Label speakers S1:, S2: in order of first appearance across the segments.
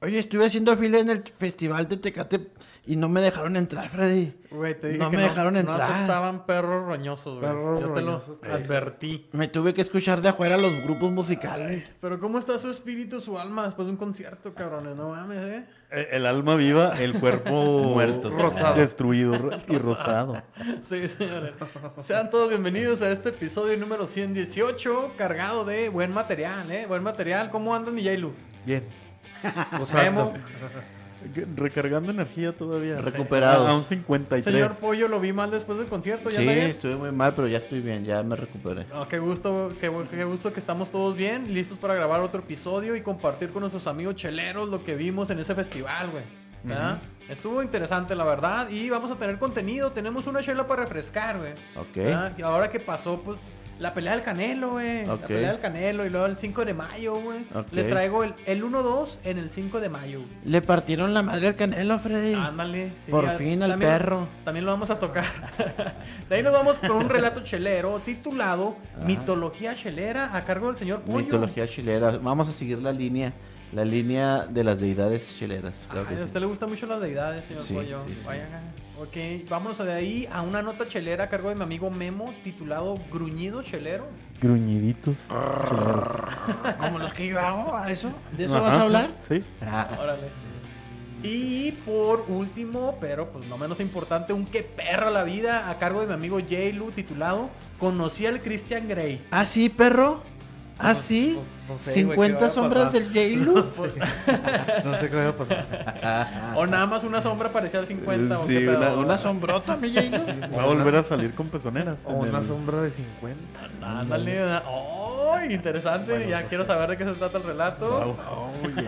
S1: Oye, estuve haciendo fila en el festival de Tecate y no me dejaron entrar, Freddy.
S2: Güey, te dije
S1: No
S2: que
S1: me dejaron entrar.
S2: No aceptaban perros roñosos, güey.
S1: Perros
S2: Yo te lo
S1: roñosos.
S2: advertí.
S1: Me tuve que escuchar de afuera los grupos musicales.
S2: Pero ¿cómo está su espíritu, su alma después de un concierto, cabrones? No mames, eh.
S3: Eh, El alma viva, el cuerpo
S4: Muerto.
S3: rosado. destruido y rosado.
S2: Sí, señores. Sean todos bienvenidos a este episodio número 118, cargado de buen material, ¿eh? Buen material. ¿Cómo andan, mi Yailu?
S4: Bien.
S2: Memo.
S4: Gozando.
S3: Recargando energía todavía.
S4: Recuperados.
S3: A un 53.
S2: Señor Pollo, lo vi mal después del concierto, ¿ya
S4: Sí,
S2: está bien?
S4: estuve muy mal, pero ya estoy bien, ya me recuperé.
S2: No, qué gusto, qué, bu- qué gusto que estamos todos bien, listos para grabar otro episodio y compartir con nuestros amigos cheleros lo que vimos en ese festival, güey. ¿Verdad? Estuvo interesante, la verdad, y vamos a tener contenido, tenemos una chela para refrescar, güey.
S4: Ok.
S1: Ah.
S2: ¿Verdad? Y Ahora que pasó, pues, la pelea del Canelo, güey.
S4: Ok.
S2: La pelea del Canelo y luego el 5 de mayo, güey.
S4: Ok.
S2: Les traigo el, el 1-2 en el 5 de mayo. güey.
S1: Le partieron la madre al canelo, Freddy.
S2: Ándale. Ah, sí,
S1: Por
S2: ya-
S1: fin al
S2: también-
S1: perro.
S2: También lo vamos a tocar. De ahí nos vamos por un relato chelero titulado Mitología chelera a cargo del señor Pollo.
S4: Mitología chilera. Vamos a seguir la línea, la línea de las deidades chileras. claro que
S2: Ay,
S4: sí.
S2: a usted le gustan mucho las deidades, señor
S4: Sí,
S2: Pollo.
S4: sí, sí.
S2: Vaya. Ok, vámonos de ahí a una nota chelera a cargo de mi amigo Memo titulado Gruñido Chelero.
S3: Gruñiditos.
S1: Como los que yo hago, ¿a eso? ¿De eso
S3: Ajá.
S1: vas a hablar?
S3: Sí.
S4: Ah.
S2: Órale. Y por último, pero pues no menos importante, un que perro la vida a cargo de mi amigo J. Lu titulado Conocí al Christian Grey.
S1: ¿Ah, sí, perro? ¿Ah,
S2: Pues,
S1: sí?
S2: pues, no sé, güey,
S1: 50
S2: ¿qué va a
S1: sombras
S2: pasar?
S1: del J-Lo.
S2: No sé qué va a pasar. O nada más una sombra parecía al 50. o
S4: Sí,
S2: qué pedo.
S4: una- una
S1: sombrota, mi J-Lo.
S3: Va a volver a salir con pezoneras.
S5: O
S3: en
S5: una
S3: el-
S5: sombra de 50.
S2: Ándale. da- ¡Ay! Interesante. ya quiero saber de qué se trata el
S3: Ah,
S2: relato.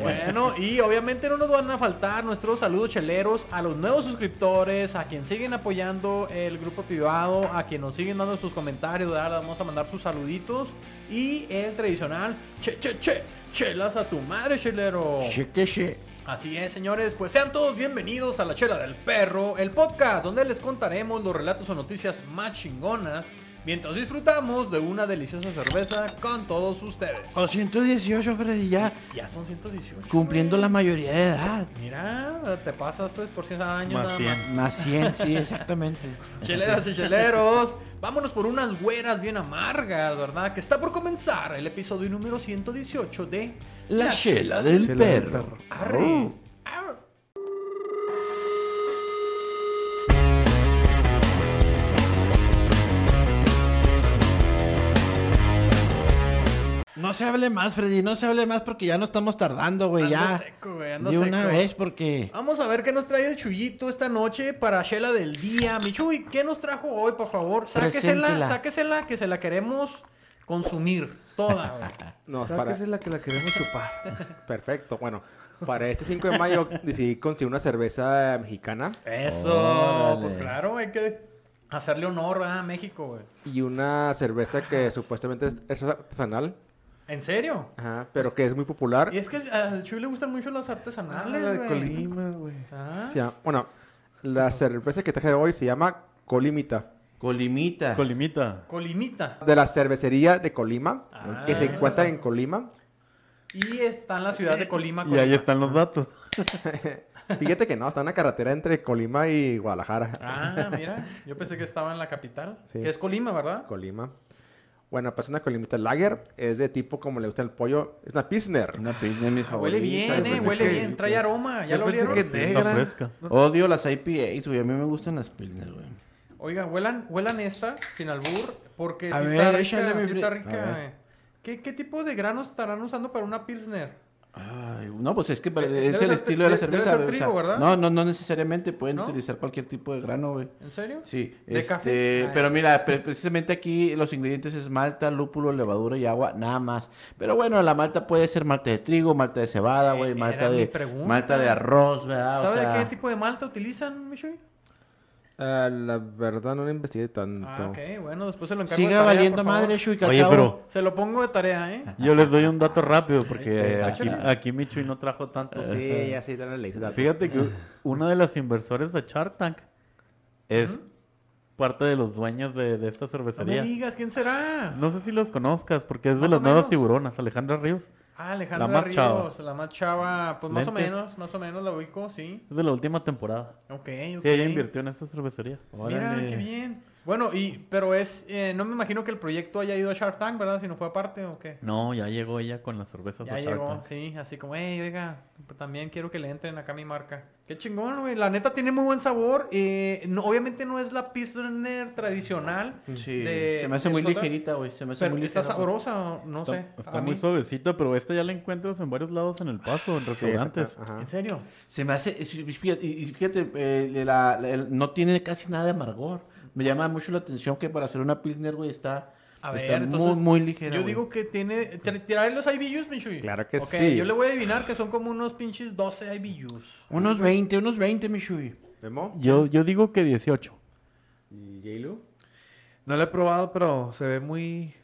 S2: Bueno, y obviamente no nos van a faltar nuestros saludos cheleros a los nuevos suscriptores, a quien siguen apoyando el grupo privado, a quien nos siguen dando sus comentarios. ¿verdad? Les Vamos a mandar sus saluditos. Y el tradicional che, che, che, chelas a tu madre, chelero.
S1: Che, que che.
S2: Así es, señores, pues sean todos bienvenidos a La Chela del Perro, el podcast donde les contaremos los relatos o noticias más chingonas mientras disfrutamos de una deliciosa cerveza con todos ustedes.
S1: O 118, Freddy, ya.
S2: Ya son 118.
S1: Cumpliendo
S2: güey.
S1: la mayoría de edad.
S2: Mira, te pasas 3% al año
S3: Más
S2: nada
S3: 100.
S2: más.
S1: Más 100, sí, exactamente.
S2: Cheleras y cheleros, vámonos por unas güeras bien amargas, ¿verdad? Que está por comenzar el episodio número 118 de
S1: La chela del
S5: Chela del
S1: perro.
S5: perro.
S4: Oh.
S2: Arre. Arre.
S1: No se hable más, Freddy, no se hable más porque ya no estamos tardando, güey,
S2: Ando
S1: Pues ya.
S2: seco, güey, ando
S1: De una
S2: seco.
S1: vez porque
S2: Vamos a ver qué nos trae el Chuyito esta noche para Shela del día. Mi Chuy, ¿qué nos trajo hoy, por favor? Sáquesela,
S1: Preséntela.
S2: sáquesela, que se la queremos consumir toda. güey.
S5: No,
S6: No, para...
S5: es la que la queremos chupar.
S6: Perfecto. Bueno, para este 5 de mayo decidí conseguir una cerveza mexicana
S2: Eso,
S4: Órale.
S2: pues claro, hay que hacerle honor ¿verdad? a México, güey.
S6: y una cerveza
S2: Ah,
S6: que supuestamente es- es artesanal,
S2: ¿En serio?
S6: ajá, pero que es muy popular.
S2: Pues Y es que al Chuy le gustan mucho las
S5: Ah,
S2: artesanales,
S5: la de
S2: güey.
S5: Colima, güey.
S2: Ah,
S6: Se llama- bueno, la cerveza que traje hoy se llama Colimita,
S4: Colimita.
S3: Colimita.
S2: Colimita.
S6: de la cervecería de Colima,
S2: Ah.
S6: que se encuentra en Colima.
S2: Y está en la ciudad de Colima,
S3: Y ahí
S2: Colima.
S3: están los datos.
S6: Fíjate que no, está en una carretera entre Colima y Guadalajara.
S2: Ah, mira, yo pensé que estaba en la capital,
S6: Sí.
S2: que es Colima, ¿verdad?
S6: Colima. Bueno, pues una Colimita Lager, es de tipo como le gusta el pollo, es una Pilsner.
S4: Una pizza de
S2: Huele
S4: mis favoritas.
S2: bien,
S4: güey.
S2: eh, huele
S5: que-
S2: bien, trae aroma, ya
S5: Yo
S2: lo
S5: pensé
S2: olieron.
S5: que
S3: Está
S5: negra.
S3: fresca.
S4: Odio las IPAs, güey. A mí me gustan las Pilsner, güey.
S2: Oiga, huelan, huelan esta sin albur porque
S1: A
S2: si
S1: ver,
S2: está rica,
S1: échale, mi
S2: sí está
S1: Fre-
S4: A
S2: rica. eh. ¿Qué, ¿Qué tipo de granos estarán usando para una pilsner?
S4: Ay, no, pues es que para-
S2: Eh, debe
S4: es el
S2: ser-
S4: estilo de la
S2: de- debe
S4: cerveza,
S2: ser
S4: güey. o sea,
S2: trigo, ¿verdad?
S4: no, no, no necesariamente. Pueden
S2: ¿No?
S4: utilizar cualquier tipo de grano, güey.
S2: ¿En serio?
S4: Sí,
S2: ¿De
S4: este,
S2: café? Ah,
S4: pero mira, pre- precisamente aquí los ingredientes es malta, lúpulo, levadura y agua, nada más. Pero bueno, la malta puede ser malta de trigo, malta de cebada,
S2: Eh,
S4: güey,
S2: era
S4: malta
S2: mi
S4: de
S2: pregunta.
S4: malta de arroz,
S1: ah,
S4: ¿verdad? O
S2: ¿Sabe
S4: sea,
S2: qué tipo de malta utilizan, Michoy?
S6: Ah, la verdad no la investigué tanto.
S2: Ah, ok, bueno, después se lo encargo. de
S1: siga
S2: tarea,
S1: valiendo
S2: por favor.
S1: madre, Shui, que al
S3: Oye,
S1: cabo-
S3: pero
S2: Se lo pongo de tarea, ¿eh?
S3: yo les doy un dato rápido porque
S4: Ay,
S3: aquí,
S4: échala.
S3: aquí Michuy no trajo tantos.
S6: Pues Sí, ya sí,
S2: Este
S6: dale la lista.
S3: Fíjate que una de las inversores de Shark Tank es parte de los dueños de, de esta
S2: No me
S3: cervecería.
S2: digas, ¿quién será?
S3: No sé si los conozcas, porque es de
S2: Más
S3: las
S2: o
S3: nuevas
S2: menos.
S3: tiburonas, Alejandra Ríos.
S2: Ah, Alejandra
S3: La más
S2: Ríos,
S3: chava.
S2: la más chava. Pues más o
S3: Lentes.
S2: menos, más o menos la ubico, sí.
S3: Es de la última temporada.
S2: Ok, ok.
S3: Sí, ella invirtió en esta cervecería.
S2: Mira, qué bien. Bueno, y, pero es, eh, no me imagino que el proyecto haya ido a Shark Tank, ¿verdad? Si no fue aparte o qué.
S3: No, ya llegó ella con las cervezas
S2: Ya
S3: a Shark
S2: llegó,
S3: Tank.
S2: sí, así como, hey, oiga, pues también quiero que le entren acá a mi marca. Qué chingón, güey. La neta tiene muy buen sabor. eh, no- obviamente no es la Pilsner tradicional.
S4: Sí.
S2: de-
S4: se me hace
S2: del
S4: muy
S2: sota,
S4: ligerita, güey. Se me hace
S2: Pero
S4: muy
S2: está
S4: ligera. güey.
S2: sabrosa, no
S3: Está,
S2: sé.
S3: está
S2: a
S3: muy
S2: mí-
S3: suavecita, pero esta ya la encuentras en varios lados en El Paso, en
S6: Sí, exacto,
S3: restaurantes.
S6: ajá.
S2: ¿En serio?
S4: Se me hace. es- y Fíjate, y y fíjate eh, de la- la- el- no tiene casi nada de amargor. Me llama mucho la atención que para hacer una Pilsner, güey, está.
S2: A
S4: está
S2: ver, entonces,
S4: muy, muy ligera.
S2: Yo
S4: güey.
S2: digo que tiene. tra- ¿Tirar los IBUs, Michuy?
S6: Claro que
S2: Ok,
S6: sí.
S2: Yo le voy a adivinar que son como unos pinches 12 IBUs.
S1: Unos 20, unos 20, Mishubi.
S6: ¿Memo?
S3: Yo, yo digo que 18.
S6: Este, ¿Y Jailu?
S5: No lo he probado, pero se ve muy.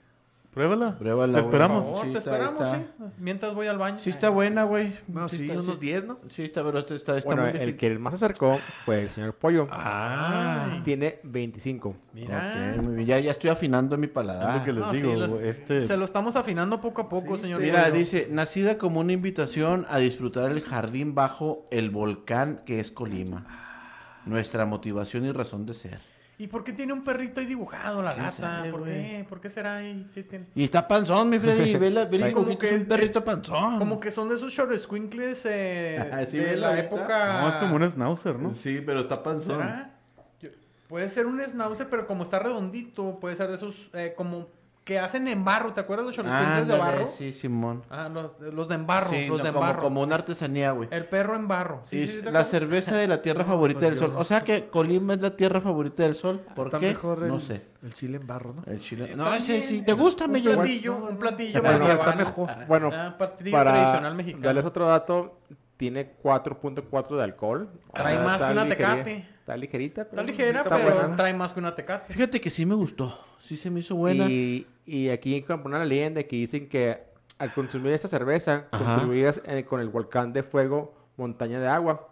S3: Pruébala.
S4: Pruébala,
S3: Te
S4: güey.
S2: Por
S3: esperamos.
S2: favor,
S4: Sí,
S2: te
S4: está-
S2: esperamos,
S4: está-
S2: sí. Mientras voy al baño.
S4: Sí, está buena, güey.
S5: No, sí,
S4: está-
S5: unos 10, ¿no?
S4: Sí, está, pero está, está, está
S6: Bueno,
S4: muy
S6: el
S4: ligerita.
S6: que más se acercó fue el señor Pollo.
S2: Ah,
S6: Tiene 25.
S2: mira.
S4: Ok, muy bien. Ya, ya estoy afinando mi
S3: Es lo que
S4: paladar.
S3: les
S2: No, Ah, sí,
S3: digo.
S2: lo-
S3: este,
S2: Se lo estamos afinando poco a poco, señor.
S4: Mira,
S2: Pollo.
S4: dice, nacida como una invitación a disfrutar el jardín bajo el volcán que es Colima. Nuestra motivación y razón de ser.
S2: ¿Y por qué tiene un perrito ahí dibujado la lata?
S4: sabe,
S2: ¿Por
S4: güey?
S2: qué? ¿Por qué será ahí? ¿Qué tiene?
S4: Y está panzón, mi Freddy. Vela, vela,
S2: Sí, como que-
S4: es un perrito panzón.
S2: Como que son de esos short squinkles eh,
S4: Ah. Sí,
S2: de
S4: ¿ves
S2: la
S4: la
S2: época.
S3: No, es como un schnauzer, ¿no?
S4: Sí, pero está panzón.
S2: ¿Será? Yo- Puede ser un schnauzer, pero como está redondito, puede ser de esos eh, como que hacen en barro. ¿Te acuerdas de los short
S4: Ah,
S2: squinkles de barro?
S4: sí, Simón.
S2: Ah, los, los de embarro,
S4: Sí,
S2: los
S4: no,
S2: de
S4: como,
S2: embarro.
S4: como una artesanía, güey.
S2: El perro en barro. Sí, sí,
S4: Y
S2: sí, ¿te
S4: la
S2: acuerdas?
S4: cerveza de la tierra favorita del sol. O sea que Colima es la tierra favorita del sol. ¿Por
S5: Está
S4: qué?
S5: mejor el,
S4: No sé.
S5: El chile en barro, ¿no?
S4: El chile.
S2: Eh,
S4: No,
S2: también,
S4: ese sí. ¿Te
S2: ese es
S4: gusta,
S2: un
S4: me
S2: platillo, un platillo
S6: Bueno,
S2: medieval.
S5: está mejor.
S6: Bueno,
S2: Ah, un platillo
S6: para
S2: tradicional mexicano.
S6: darles otro dato, tiene 4.4 de alcohol.
S2: Trae más que
S6: está
S2: una
S6: ligeri-
S2: Tecate.
S6: Está ligerita. pero
S2: Está ligera,
S6: está
S2: pero
S6: buena.
S2: trae más que una tecate.
S4: Fíjate que sí me gustó. Sí se me hizo buena.
S6: Y, y aquí compone una leyenda que dicen que al consumir esta cerveza,
S4: Ajá.
S6: contribuirás eh, con el volcán de fuego Montaña de Agua,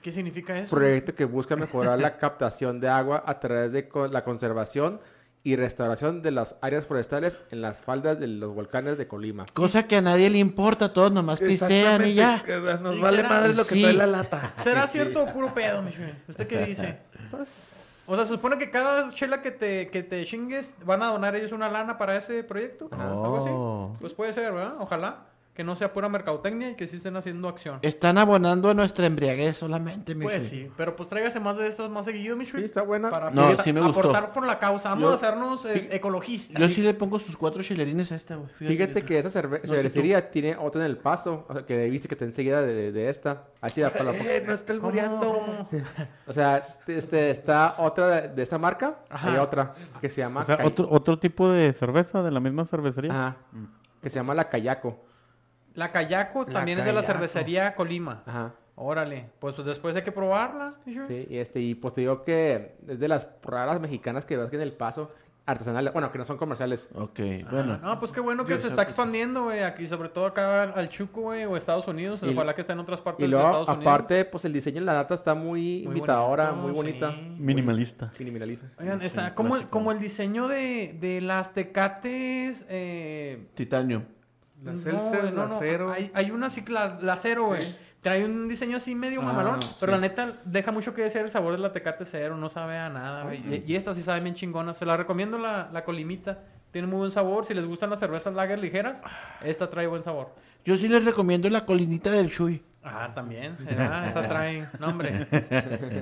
S2: ¿Qué significa eso?
S6: proyecto que busca mejorar la captación de agua a través de co- la conservación y restauración de las áreas forestales en las faldas de los volcanes de Colima.
S4: Cosa que a nadie le importa, todos nomás pistean y ya.
S5: que Nos
S2: ¿Y
S5: vale
S2: será?
S5: madre lo que
S4: Sí.
S5: trae la lata.
S2: Ah, ¿Será cierto o puro pedo, mi chuy? ¿Usted qué dice?
S4: Pues,
S2: O sea, se supone que cada chela que te, que te chingues van a donar ellos una lana para ese proyecto. Algo
S4: Oh.
S2: así. Pues puede ser, ¿verdad? Ojalá. Que no sea pura mercadotecnia y que sí estén haciendo acción.
S4: Están abonando a nuestra embriaguez solamente, Eh, mi
S2: Pues
S4: Freddy.
S2: sí, pero pues tráigase más de estas más seguido, mi chuy.
S6: Sí, está buena.
S2: Para
S4: No,
S2: aportar-
S4: sí me gustó.
S2: aportar por la causa. Vamos a hacernos eh, ecologistas.
S4: Yo sí le pongo sus cuatro chilerines a esta, güey.
S6: Fíjate que esa cerve-
S4: No sé
S6: cervecería tiene otra en el paso, o sea, que viste que está enseguida de, de- de esta. Así de- para la-
S5: Eh, no está el
S2: ¿Cómo? ¿Cómo?
S6: o sea, este, está otra de, de esta marca,
S2: Ajá.
S6: hay otra que se llama
S3: O sea,
S6: Kai-
S3: otro, otro tipo de cerveza de la misma
S2: Ah,
S3: cervecería.
S6: Ajá. Que se llama la Kayako.
S2: La Kayako también es de la cervecería Colima.
S6: Ajá.
S2: Órale, pues después hay que probarla. mi chuy.
S6: Sí, y este, y pues te digo que es de las raras mexicanas que ves que en el paso artesanales, bueno, que no son comerciales.
S4: Ok,
S2: Ah,
S4: bueno.
S2: no, pues qué bueno que
S4: Dios
S2: se
S4: sea,
S2: está
S4: pues.
S2: expandiendo, güey, aquí, sobre todo acá al- al Chuco, güey, o Estados Unidos,
S6: Y-
S2: ojalá que está en otras
S6: Y
S2: partes
S6: luego,
S2: de Estados Unidos.
S6: aparte, pues el diseño en la data está muy,
S2: Muy
S6: invitadora,
S2: bonito,
S6: muy bonita.
S2: sí. Ah,
S3: Minimalista.
S6: Minimalista.
S2: Oigan, está como, el- como el diseño de, de las tecates, eh,
S4: Titanio.
S5: La
S2: no,
S5: Seltzer,
S2: güey, no,
S5: la
S2: no,
S5: Cero.
S2: Hay, hay una así, la, la cero, güey. Trae un diseño así medio mamalón,
S6: Ah,
S2: pero la neta deja mucho que desear el sabor de la tecate cero, no sabe a nada, güey. Y- Y, esta sí sabe bien chingona, se la recomiendo la, la colimita. Tiene muy buen sabor, si les gustan las cervezas lager ligeras, esta trae buen sabor.
S4: Yo sí les recomiendo la colinita del Chuy.
S2: Ah, también. Ah, esa traen. No, hombre.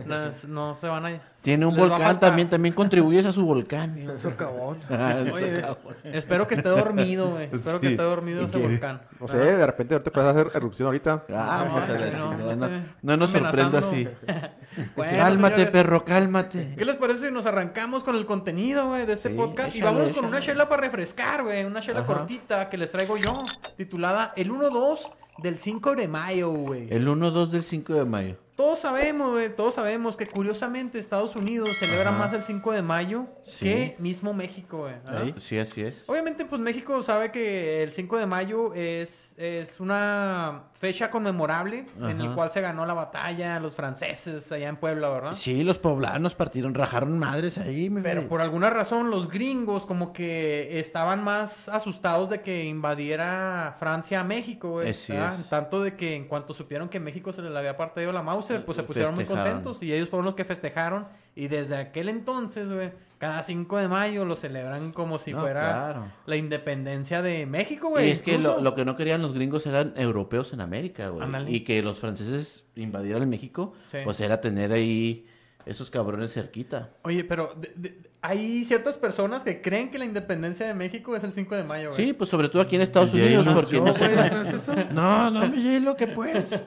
S2: No, no se van a.
S4: Tiene un
S2: Les va a
S4: volcán
S2: faltar.
S4: también, también contribuyes a su volcán.
S5: Un socavón.
S4: Ah, eso,
S2: Oye,
S4: cabrón.
S2: espero que esté dormido, güey. Espero que
S4: Sí.
S2: esté dormido ese volcán.
S6: No sé, de repente ahorita puedes hacer erupción ahorita.
S4: Ah,
S2: no,
S4: pues, a la
S2: no,
S4: chingada,
S2: no
S4: no,
S2: esté
S4: no nos sorprenda así.
S2: amenazando. Bueno,
S4: cálmate,
S2: señores,
S4: perro, cálmate.
S2: ¿Qué les parece si nos arrancamos con el contenido, güey, de este
S4: Sí,
S2: podcast? y
S4: échale,
S2: vámonos con
S4: échale.
S2: una chela para refrescar, güey. Una chela cortita que les traigo yo, titulada El 1-2 del 5 de mayo, güey.
S4: El 1-2 del 5 de mayo.
S2: Todos sabemos, güey, todos sabemos que curiosamente Estados Unidos celebra más el 5 de mayo
S4: Sí.
S2: que mismo México, güey. ¿verdad?
S4: Sí, así es.
S2: Obviamente, pues México sabe que el 5 de mayo es, es una fecha conmemorable en el
S4: Ajá.
S2: cual se ganó la batalla a los franceses allá en Puebla, ¿verdad?
S1: Sí, los poblanos partieron, rajaron madres ahí, mi
S2: Pero
S1: güey.
S2: por alguna razón los gringos como que estaban más asustados de que invadiera Francia a México, güey.
S4: Así
S2: ¿verdad?
S4: es.
S2: Tanto de que en cuanto supieron que México se les había partido la Mauser, pues se
S4: Lo
S2: pusieron muy
S4: Eh, festejaron.
S2: contentos y ellos fueron los que festejaron y desde aquel entonces, güey, cada 5 de mayo lo celebran como si
S4: No,
S2: fuera
S4: claro.
S2: la independencia de México, güey.
S4: Y es que lo,
S2: incluso.
S4: lo que no querían los gringos eran europeos en América, güey.
S2: Ándale.
S4: Y que los franceses invadieran el México,
S2: Sí.
S4: pues era tener ahí esos cabrones cerquita.
S2: Oye, pero de- de- hay ciertas personas que creen que la independencia de México es el 5 de mayo, güey.
S4: Sí, pues sobre todo aquí en Estados
S3: Y ahí
S4: Unidos,
S3: no,
S4: porque
S5: Yo,
S4: no
S5: güey,
S4: se-
S5: ¿no es eso?
S1: No, no, mi hielo, que pues.
S3: La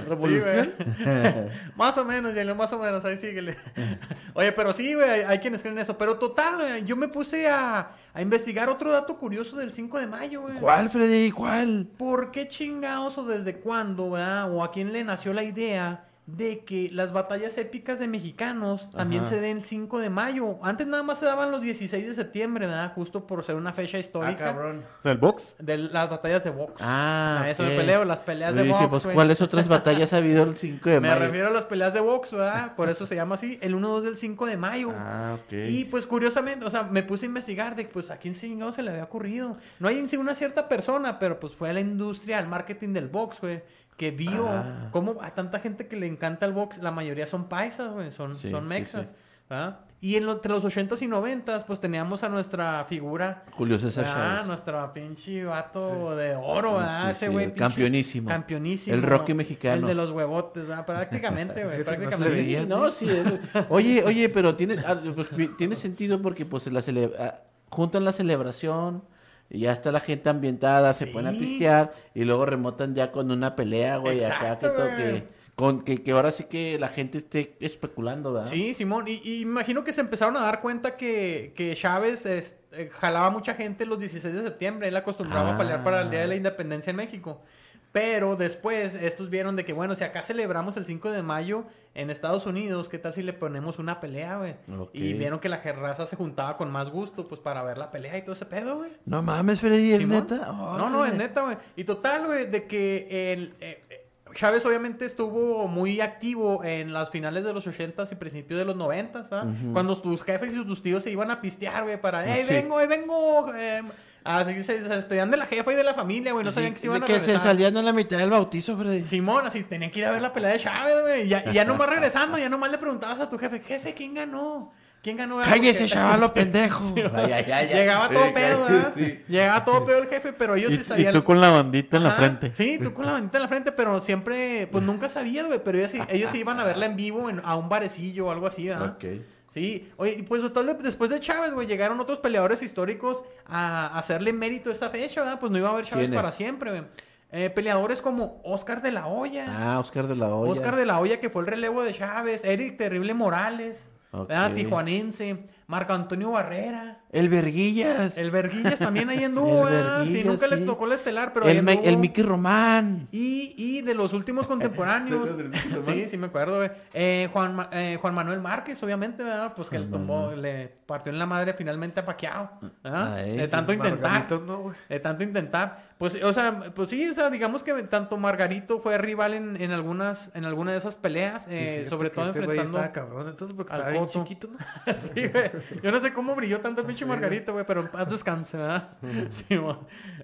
S2: Sí,
S3: revolución.
S2: güey. más o menos, Yelio, más o menos, ahí síguele. Oye, pero sí, güey, hay, hay quienes creen eso. Pero total, güey, yo me puse a, a investigar otro dato curioso del 5 de mayo, güey.
S1: ¿Cuál, Freddy? ¿Cuál?
S2: ¿Por qué chingados o desde cuándo, verdad? ¿O a quién le nació la idea de que las batallas épicas de mexicanos también se den el 5 de mayo? Antes nada más se daban los 16 de septiembre, ¿verdad? Justo por ser una fecha histórica.
S3: O sea, el box.
S2: de las batallas de box.
S4: Ah,
S2: A eso
S4: ok.
S2: me peleo, las peleas de
S4: Yo dije,
S2: box.
S4: pues,
S2: güey.
S4: ¿cuáles otras batallas ha habido el 5 de
S2: Me
S4: mayo?
S2: refiero a las peleas de box, ¿verdad? Por eso se llama así, el 1-2 del 5 de mayo.
S4: Ah, ok.
S2: Y pues curiosamente, o sea, me puse a investigar de pues a quién chingado se le había ocurrido. No hay en sí una cierta persona, pero pues fue a la industria, al marketing del box, güey, que vio
S4: Ah.
S2: cómo a tanta gente que le encanta el box, la mayoría son paisas, güey, son,
S4: Sí,
S2: son
S4: sí,
S2: mexas, ¿verdad? Y en lo- entre los 80s y 90s, pues teníamos a nuestra figura
S4: Julio César
S2: Ah,
S4: Chávez.
S2: nuestro pinche vato de oro, ¿verdad?
S4: Sí,
S2: Ese
S4: sí,
S2: güey
S4: el
S2: pinche-
S4: campeonísimo.
S2: Campeonísimo.
S4: El Rocky mexicano.
S2: El de los huevotes, ¿verdad? Prácticamente, güey.
S5: Fíjate que no se
S2: prácticamente.
S5: veía.
S4: Sí, no, sí. es- Oye, oye, pero tiene, ah, pues, vi- tiene sentido porque pues la cele- ah, juntan la celebración, y ya está la gente ambientada, se
S2: Sí.
S4: ponen a pistear y luego remotan ya con una pelea, güey, acá que,
S2: Exacto,
S4: to-
S2: güey.
S4: que- con que, que ahora sí que la gente esté especulando, ¿verdad?
S2: Sí, Simón. Y, y imagino que se empezaron a dar cuenta que, que Chávez es- eh, jalaba mucha gente los 16 de septiembre. Él acostumbraba a pelear para el Día de
S4: Ah.
S2: la Independencia en México. Pero después estos vieron de que, bueno, si acá celebramos el 5 de mayo en Estados Unidos, ¿qué tal si le ponemos una pelea, güey?
S4: Ok.
S2: Y vieron que la raza se juntaba con más gusto, pues, para ver la pelea y todo ese pedo, güey.
S1: No mames, Freddy, ¿es
S2: ¿Simón?
S1: neta?
S2: No, no, es neta, güey. Y total, güey, de que el, eh, eh, Chávez obviamente estuvo muy activo en las finales de los 80s y principios de los 90s, ¿verdad? Cuando tus jefes y tus tíos se iban a pistear, güey, para, hey,
S4: Sí.
S2: vengo, hey, vengo. eh, así que se, se despedían de la jefa y de la familia, güey, Pues no
S1: Sí,
S2: sabían que se iban a
S1: que se
S2: regresar.
S1: salían a la mitad del bautizo, Freddy.
S2: Simón, así tenían que ir a ver la pelea de Chávez, güey. Y ya, y ya nomás regresando, ya nomás le preguntabas a tu jefe, jefe, ¿quién ganó? ¿Quién ganó? güey?"
S1: Cállese,
S2: Porque-
S1: chavalo, pendejo.
S4: Ay, ay, ay, ay.
S2: Llegaba todo
S4: Sí,
S2: pedo,
S4: ay,
S2: ¿verdad?
S4: sí.
S2: Llegaba todo pedo el jefe, pero ellos
S3: Y,
S2: sí
S3: y
S2: sabían.
S3: tú con la bandita en la
S2: Ajá,
S3: frente.
S2: Sí, tú con la bandita en la frente, pero siempre, pues nunca sabías, güey. Pero ellos, sí- ellos sí iban a verla en vivo en- a un barecillo o algo así, ¿verdad?
S4: Ok.
S2: Sí, oye, y pues total, de- después de Chávez, güey, llegaron otros peleadores históricos a a hacerle mérito a esta fecha, ¿verdad? Pues no iba a haber Chávez
S4: ¿Quiénes?
S2: para siempre, güey. Eh, peleadores como Oscar de la Hoya,
S4: Ah, Oscar de la Hoya.
S2: Oscar de la Hoya, que fue el relevo de Chávez, Eric Terrible Morales, ¿verdad?
S4: Ok.
S2: Tijuanense, Marco Antonio Barrera.
S1: El verguillas. El,
S2: El Verguillas también ahí anduvo,
S1: El
S2: ¿verdad? Sí,
S1: Verguillas,
S2: nunca le
S1: sí.
S2: tocó la estelar, pero ahí
S1: me-
S2: anduvo.
S1: el Mickey Román.
S2: Y, y de los últimos contemporáneos. sí, sí me acuerdo, güey. Eh, Juan, Ma- eh, Juan Manuel Márquez, obviamente, ¿verdad? Pues que le tumbó, le partió en la madre finalmente a Paquiao. ¿verdad?
S5: Ah,
S4: Ay,
S2: de tanto intentar.
S5: eh, Margarito, no, güey.
S2: De tanto intentar. Pues, o sea, pues sí, o sea, digamos que tanto Margarito fue rival en, en algunas, en alguna de esas peleas, eh,
S5: Fíjate
S2: sobre
S5: que
S2: todo
S5: ese güey
S2: enfrentando.
S5: estaba cabrón, entonces porque
S2: al
S5: estaba bien
S2: Coto.
S5: chiquito, ¿no?
S2: Sí, güey. Yo no sé cómo brilló tanto el pinche Margarito, güey, pero en paz descanse, ¿verdad? Sí, güey.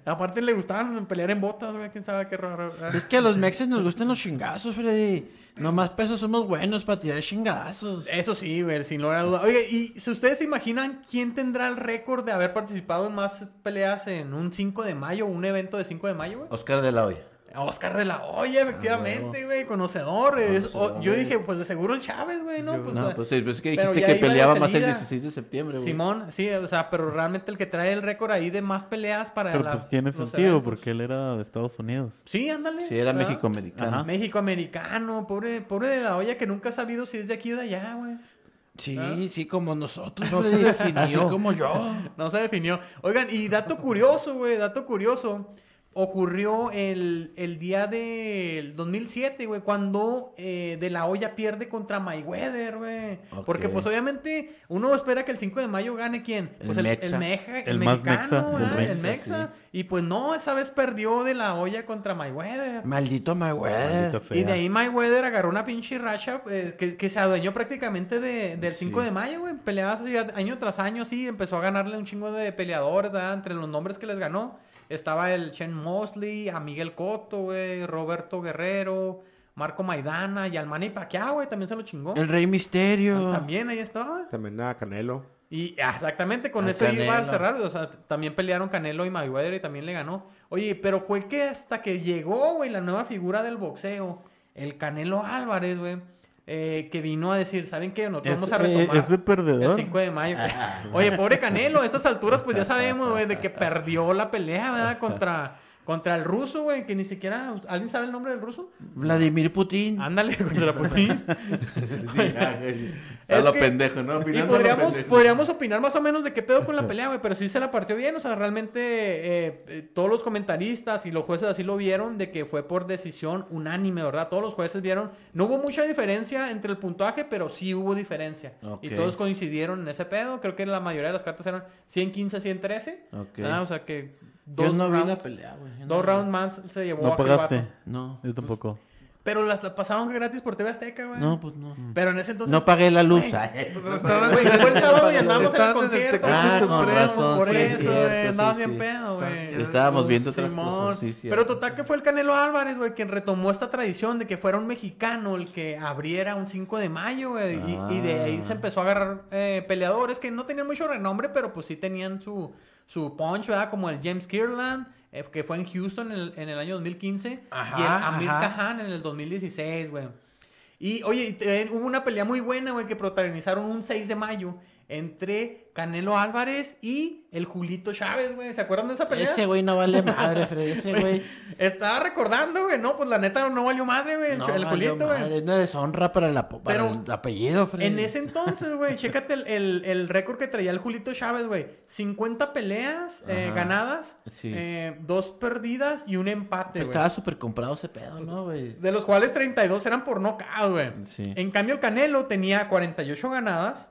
S2: Aparte le gustaban pelear en botas, güey, quién sabe qué raro. ¿verdad?
S1: Es que a los mexes nos gustan los chingazos, Freddy. Nomás pesos somos buenos para tirar chingazos.
S2: Eso sí, güey, sin lugar a duda. Oye, y si ustedes se imaginan quién tendrá el récord de haber participado en más peleas en un 5 de mayo, un evento de 5 de mayo, güey.
S4: Oscar de la Hoya.
S2: Oscar de la Hoya,
S3: Ah,
S2: efectivamente, güey, conocedor. es- o-
S4: Conocedor,
S2: yo
S4: Ah, güey.
S2: dije, pues de seguro el Chávez, güey, ¿no? Pues,
S4: No,
S2: eh,
S4: pues sí, pues es que
S2: pero
S4: dijiste
S2: ya
S4: que
S2: iba de
S4: peleaba más el
S2: salida.
S4: 16 de septiembre, güey.
S2: Simón, sí, o sea, pero realmente el que trae el récord ahí de más peleas para
S3: Pero
S2: la-
S3: pues tiene
S2: los
S3: sentido
S2: eventos.
S3: porque él era de Estados Unidos.
S2: Sí, ándale.
S4: Sí, era
S2: ¿verdad?
S4: México-americano.
S3: Ajá.
S2: México americano, pobre, pobre de la olla que nunca ha sabido si es de aquí o de allá, güey.
S1: Sí,
S2: ¿Ah?
S1: sí, como nosotros,
S5: No
S1: Freddy.
S5: se definió.
S1: Así como yo.
S2: No se definió. Oigan, y dato curioso, güey, dato curioso. ocurrió el, el día del 2007, güey, cuando eh, De La Hoya pierde contra Mayweather, güey.
S4: Ok.
S2: Porque, pues, obviamente, uno espera que el 5 de mayo gane quién.
S4: El
S2: Pues el, el,
S4: Mexa.
S2: meja- el
S3: El más
S2: mexicano,
S3: mexa del
S2: ¿verdad? el
S4: Mexa,
S2: mexa. Y, pues, no, esa vez perdió De La Hoya contra Mayweather.
S1: Maldito Mayweather.
S3: Maldita
S2: Y de
S3: sea.
S2: ahí Mayweather agarró una pinche racha eh, que, que se adueñó prácticamente de- del 5 de mayo, güey. Peleadas así, a- año tras año, sí. Empezó a ganarle un chingo de peleadores, ¿verdad? Entre los nombres que les ganó estaba el Chen Mosley, a Miguel Cotto, güey, Roberto Guerrero, Marco Maidana y al Manny Pacquiao, güey. También se lo chingó.
S1: El Rey Misterio.
S2: También ahí estaba.
S6: También a Canelo.
S2: Y ah, exactamente con
S4: A
S2: eso iba a
S4: Canelo.
S2: cerrar. O sea, t- también pelearon Canelo y Mayweather y también le ganó. Oye, pero fue que hasta que llegó, güey, la nueva figura del boxeo, el Canelo Álvarez, güey, eh, que vino a decir, ¿saben qué? Nosotros vamos a
S3: Ese-
S2: retomar.
S3: ese
S2: El
S3: eh, perdedor.
S2: 5 de mayo. Oye, pobre Canelo, a estas alturas, pues ya sabemos, güey, de que perdió la pelea, ¿verdad? Contra, contra el ruso, güey, que ni siquiera. ¿Alguien sabe el nombre del ruso?
S1: Vladimir Putin.
S2: Ándale, contra Putin.
S4: Sí, ah, güey. A
S2: Es
S4: lo
S2: que-
S4: pendejo, ¿no?
S2: Y
S4: Opinando a lo
S2: podríamos,
S4: pendejo.
S2: podríamos opinar más o menos de qué pedo con la pelea, güey, pero sí se la partió bien, o sea, realmente eh, eh, todos los comentaristas y los jueces así lo vieron, de que fue por decisión unánime, ¿verdad? Todos los jueces vieron, no hubo mucha diferencia entre el puntaje, pero sí hubo diferencia.
S4: Ok.
S2: Y todos coincidieron en ese pedo, creo que la mayoría de las cartas eran 115, 113,
S4: Ok.
S2: ¿verdad? Ah, o sea que dos,
S1: Yo no vi la
S2: rounds,
S1: pelea, güey. Yo no
S2: dos
S1: vi.
S2: rounds más se llevó
S3: No
S2: abajo el
S3: pagaste.
S2: vato. Pues,
S1: No.
S3: Yo tampoco.
S2: Pero las la pasaron gratis por TV Azteca, güey.
S1: No, pues no.
S2: Pero en ese entonces...
S4: No pagué la luz.
S2: Güey,
S4: Ay.
S5: Estaban-
S2: Güey, fue el sábado y andábamos en el
S5: Estaban en el
S2: concierto.
S5: Tecate
S2: güey,
S5: Ah, con
S2: Supremo,
S4: razón,
S2: Por
S4: sí,
S2: eso,
S4: cierto,
S2: güey,
S4: sí,
S2: andábamos bien
S4: sí.
S2: pedo, güey.
S4: Estábamos viendo otras
S2: Simón.
S4: cosas, sí, cierto.
S2: Pero total que fue el Canelo Álvarez, güey, quien retomó esta tradición de que fuera un mexicano el que abriera un 5 de mayo, güey. y- Y, de ahí
S4: Ah.
S2: se empezó a agarrar eh, peleadores que no tenían mucho renombre, pero pues sí tenían su, su punch, ¿verdad? Como el James Kirland, eh, que fue en Houston en el, en el año 2015. y el
S5: Ajá,
S2: Amir
S5: ajá.
S2: Kahan en el 2016, güey. Y oye, y te- hubo una pelea muy buena, güey, que protagonizaron un 6 de mayo entre Canelo Álvarez y el Julito Chávez, güey. ¿Se acuerdan de esa pelea?
S1: Ese güey no vale madre, Freddy. Ese güey.
S2: Estaba recordando, güey. No, pues la neta no valió madre, güey. El,
S1: No,
S2: ch- el
S1: valió
S2: Julito,
S1: madre,
S2: güey.
S1: Es una deshonra para, la, po- para
S2: Pero
S1: el apellido, Freddy.
S2: En ese entonces, güey, chécate el, el- el récord que traía el Julito Chávez, güey. 50 peleas eh, ganadas,
S4: Sí.
S2: eh, dos perdidas y un empate,
S1: Pues
S4: Pero
S2: güey.
S4: estaba súper comprado ese pedo, ¿no, güey?
S2: De los cuales 32 eran por nocaut, güey.
S4: Sí.
S2: En cambio, el Canelo tenía 48 ganadas,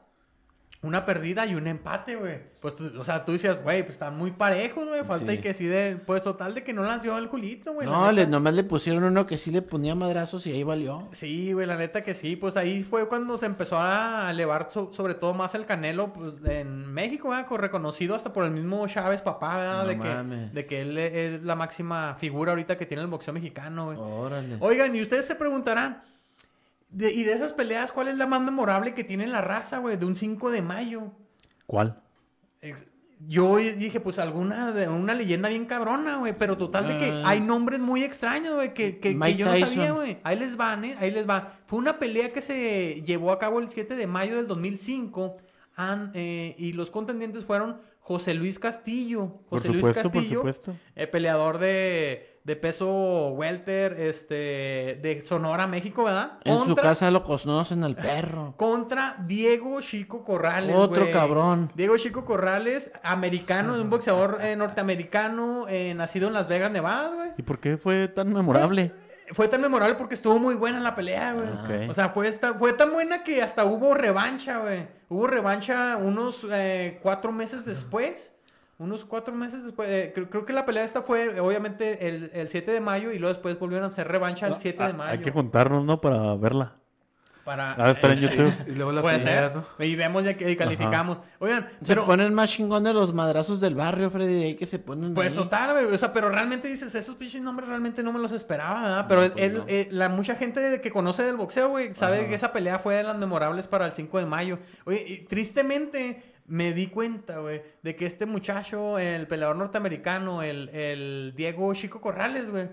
S2: una perdida y un empate, güey. Pues, tú- o sea, tú decías, güey, pues están muy parejos, güey. Falta
S4: Sí.
S2: y que sí de... Pues total de que no las dio el Julito, güey. la
S1: No, le,
S2: neta.
S1: nomás le pusieron uno que sí le ponía madrazos y ahí valió.
S2: Sí, güey, la neta que sí. Pues ahí fue cuando se empezó a elevar so- sobre todo más el Canelo pues, en México, ¿verdad? Con- Reconocido hasta por el mismo Chávez, papá, ¿verdad?
S4: No
S2: de, que,
S4: mames.
S2: de que él es la máxima figura ahorita que tiene el boxeo mexicano,
S4: Oh,
S2: güey.
S4: Órale.
S2: Oigan, y ustedes se preguntarán, de- ¿y de esas peleas cuál es la más memorable que tiene la raza, güey? De un 5 de mayo.
S3: ¿Cuál?
S2: Ex- Yo dije, pues alguna de una leyenda bien cabrona, güey, pero total de que
S1: Ah.
S2: hay nombres muy extraños, güey, que, que- que
S1: Mike
S2: yo no sabía,
S1: Tyson.
S2: güey. Ahí les van, ¿eh? Ahí les va. Fue una pelea que se llevó a cabo el 7 de mayo del 2005 an- eh, y los contendientes fueron José Luis Castillo.
S3: Por
S2: José
S3: supuesto,
S2: Luis
S3: por
S2: Castillo,
S3: supuesto.
S2: eh, peleador de, de peso welter, este, de Sonora, México, ¿verdad?
S1: En su
S2: Contra-
S1: casa lo conocen al perro.
S2: contra Diego Chico Corrales.
S1: Otro
S2: güey.
S1: cabrón.
S2: Diego Chico Corrales, americano, es un boxeador eh, norteamericano, eh, nacido en Las Vegas, Nevada, güey.
S3: ¿Y por qué fue tan memorable?
S2: Fue tan memorable porque estuvo muy buena la pelea, güey.
S3: Ah, Ok.
S2: O sea, fue, esta- fue tan buena que hasta hubo revancha, güey. Hubo revancha unos eh, cuatro meses después. Unos cuatro meses después. eh, creo, creo que la pelea esta fue, eh, obviamente, el, el 7 de mayo y luego después volvieron a hacer revancha el 7 de
S3: Ah,
S2: mayo.
S3: Hay que juntarnos, ¿no? Para verla.
S2: para, eh,
S3: Va a estar en YouTube.
S5: Y luego la
S2: Puede
S5: pelea,
S2: ser.
S5: ¿no?
S2: Y vemos ya que y calificamos. Oigan,
S1: Se
S2: pero
S1: ponen más chingones los madrazos del barrio, Freddy. De ahí que se ponen.
S2: Pues
S1: ahí.
S2: total, güey. O sea, pero realmente dices, esos pinches nombres realmente no me los esperaba, ¿verdad? Pero es- es- eh, la mucha gente que conoce del boxeo, güey, sabe que esa pelea fue de las memorables para el 5 de mayo. Oye, y tristemente me di cuenta, güey, de que este muchacho, el peleador norteamericano, el, el Diego Chico Corrales, güey,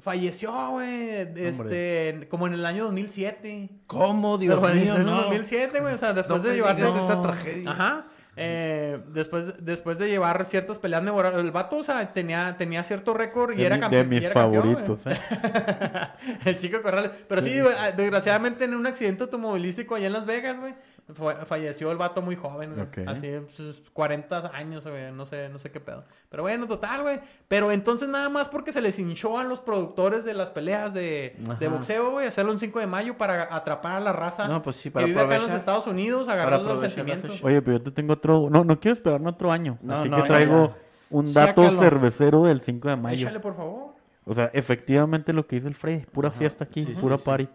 S2: falleció, güey, este, en- como en el año 2007.
S1: ¿Cómo, Dios
S2: falleció
S1: mío?
S2: en el
S1: No.
S2: 2007, güey. O sea, después
S5: No
S2: de
S5: me
S2: llevarse
S5: digas esa tragedia.
S2: Ajá. Eh, después, después de llevar ciertas peleas memorables, el vato, o sea, tenía, tenía cierto récord y
S3: De,
S2: era
S3: mi-
S2: campe-
S3: de
S2: y
S3: mis
S2: era campeón, güey.
S3: favoritos. ¿eh?
S2: el chico Corrales. Pero sí, güey, ah, desgraciadamente en un accidente automovilístico allá en Las Vegas, güey, Fue- falleció el vato muy joven, güey.
S3: Ok.
S2: Así, pues, 40 años, güey. No sé, no sé qué pedo. Pero bueno, total, güey. Pero entonces nada más porque se les hinchó a los productores de las peleas de, de
S4: Ajá.
S2: boxeo, güey. Hacerlo un 5 de mayo para atrapar a la raza
S4: No, pues sí,
S2: que
S4: para
S2: vive acá en los
S4: aprovechar.
S2: Estados Unidos, agarrando los
S4: aprovechar la
S2: sentimientos.
S4: fecha.
S3: Oye, pero yo te tengo otro. No, no quiero esperarme otro año.
S4: No,
S3: así
S4: no,
S3: que
S4: ya,
S3: traigo
S4: ya.
S3: un dato
S1: Sácalo.
S3: cervecero del 5 de mayo.
S2: Échale, por favor.
S3: O sea, efectivamente lo que dice el Freddy, pura fiesta aquí,
S4: sí,
S3: pura
S4: sí, sí.
S3: party.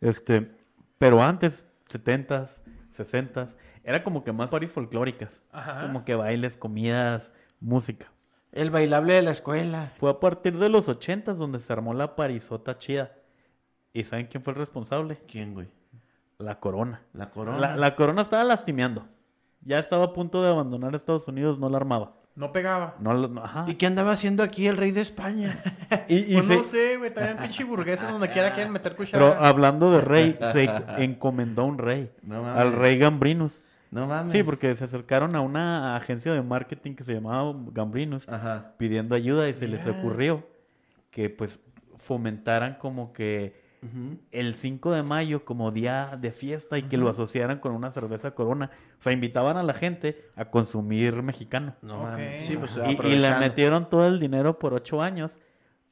S3: Este, pero antes, 70s, 60s, era como que más parties folclóricas.
S2: Ajá.
S3: Como que bailes, comidas, música.
S1: El bailable de la escuela.
S3: Fue a partir de los 80s donde se armó la parisota chida. ¿Y saben quién fue el responsable?
S4: ¿Quién, güey?
S3: La corona.
S4: La corona.
S3: La, la corona estaba lastimeando. Ya estaba a punto de abandonar Estados Unidos, no la armaba.
S2: No pegaba.
S3: No, la- no- ajá.
S1: ¿Y qué andaba haciendo aquí el rey de España?
S3: Y- y
S2: Pues
S3: se-
S2: no sé, güey. También pinche burgueses donde quiera quieren meter cuchara.
S3: Pero
S4: ah,
S3: hablando de rey, se encomendó un rey.
S4: No mames.
S3: al rey Gambrinus.
S4: No mames.
S3: Sí, porque se acercaron a una agencia de marketing que se llamaba Gambrinus
S4: Ajá.
S3: pidiendo ayuda y se les ocurrió que pues fomentaran como que el 5 de mayo como día de fiesta y que lo asociaran con una cerveza corona. O sea, invitaban a la gente a consumir mexicano.
S4: No
S2: Ok.
S4: mames. Sí, pues
S3: Y- Y, le
S4: aprovechando.
S3: metieron todo el dinero por ocho años,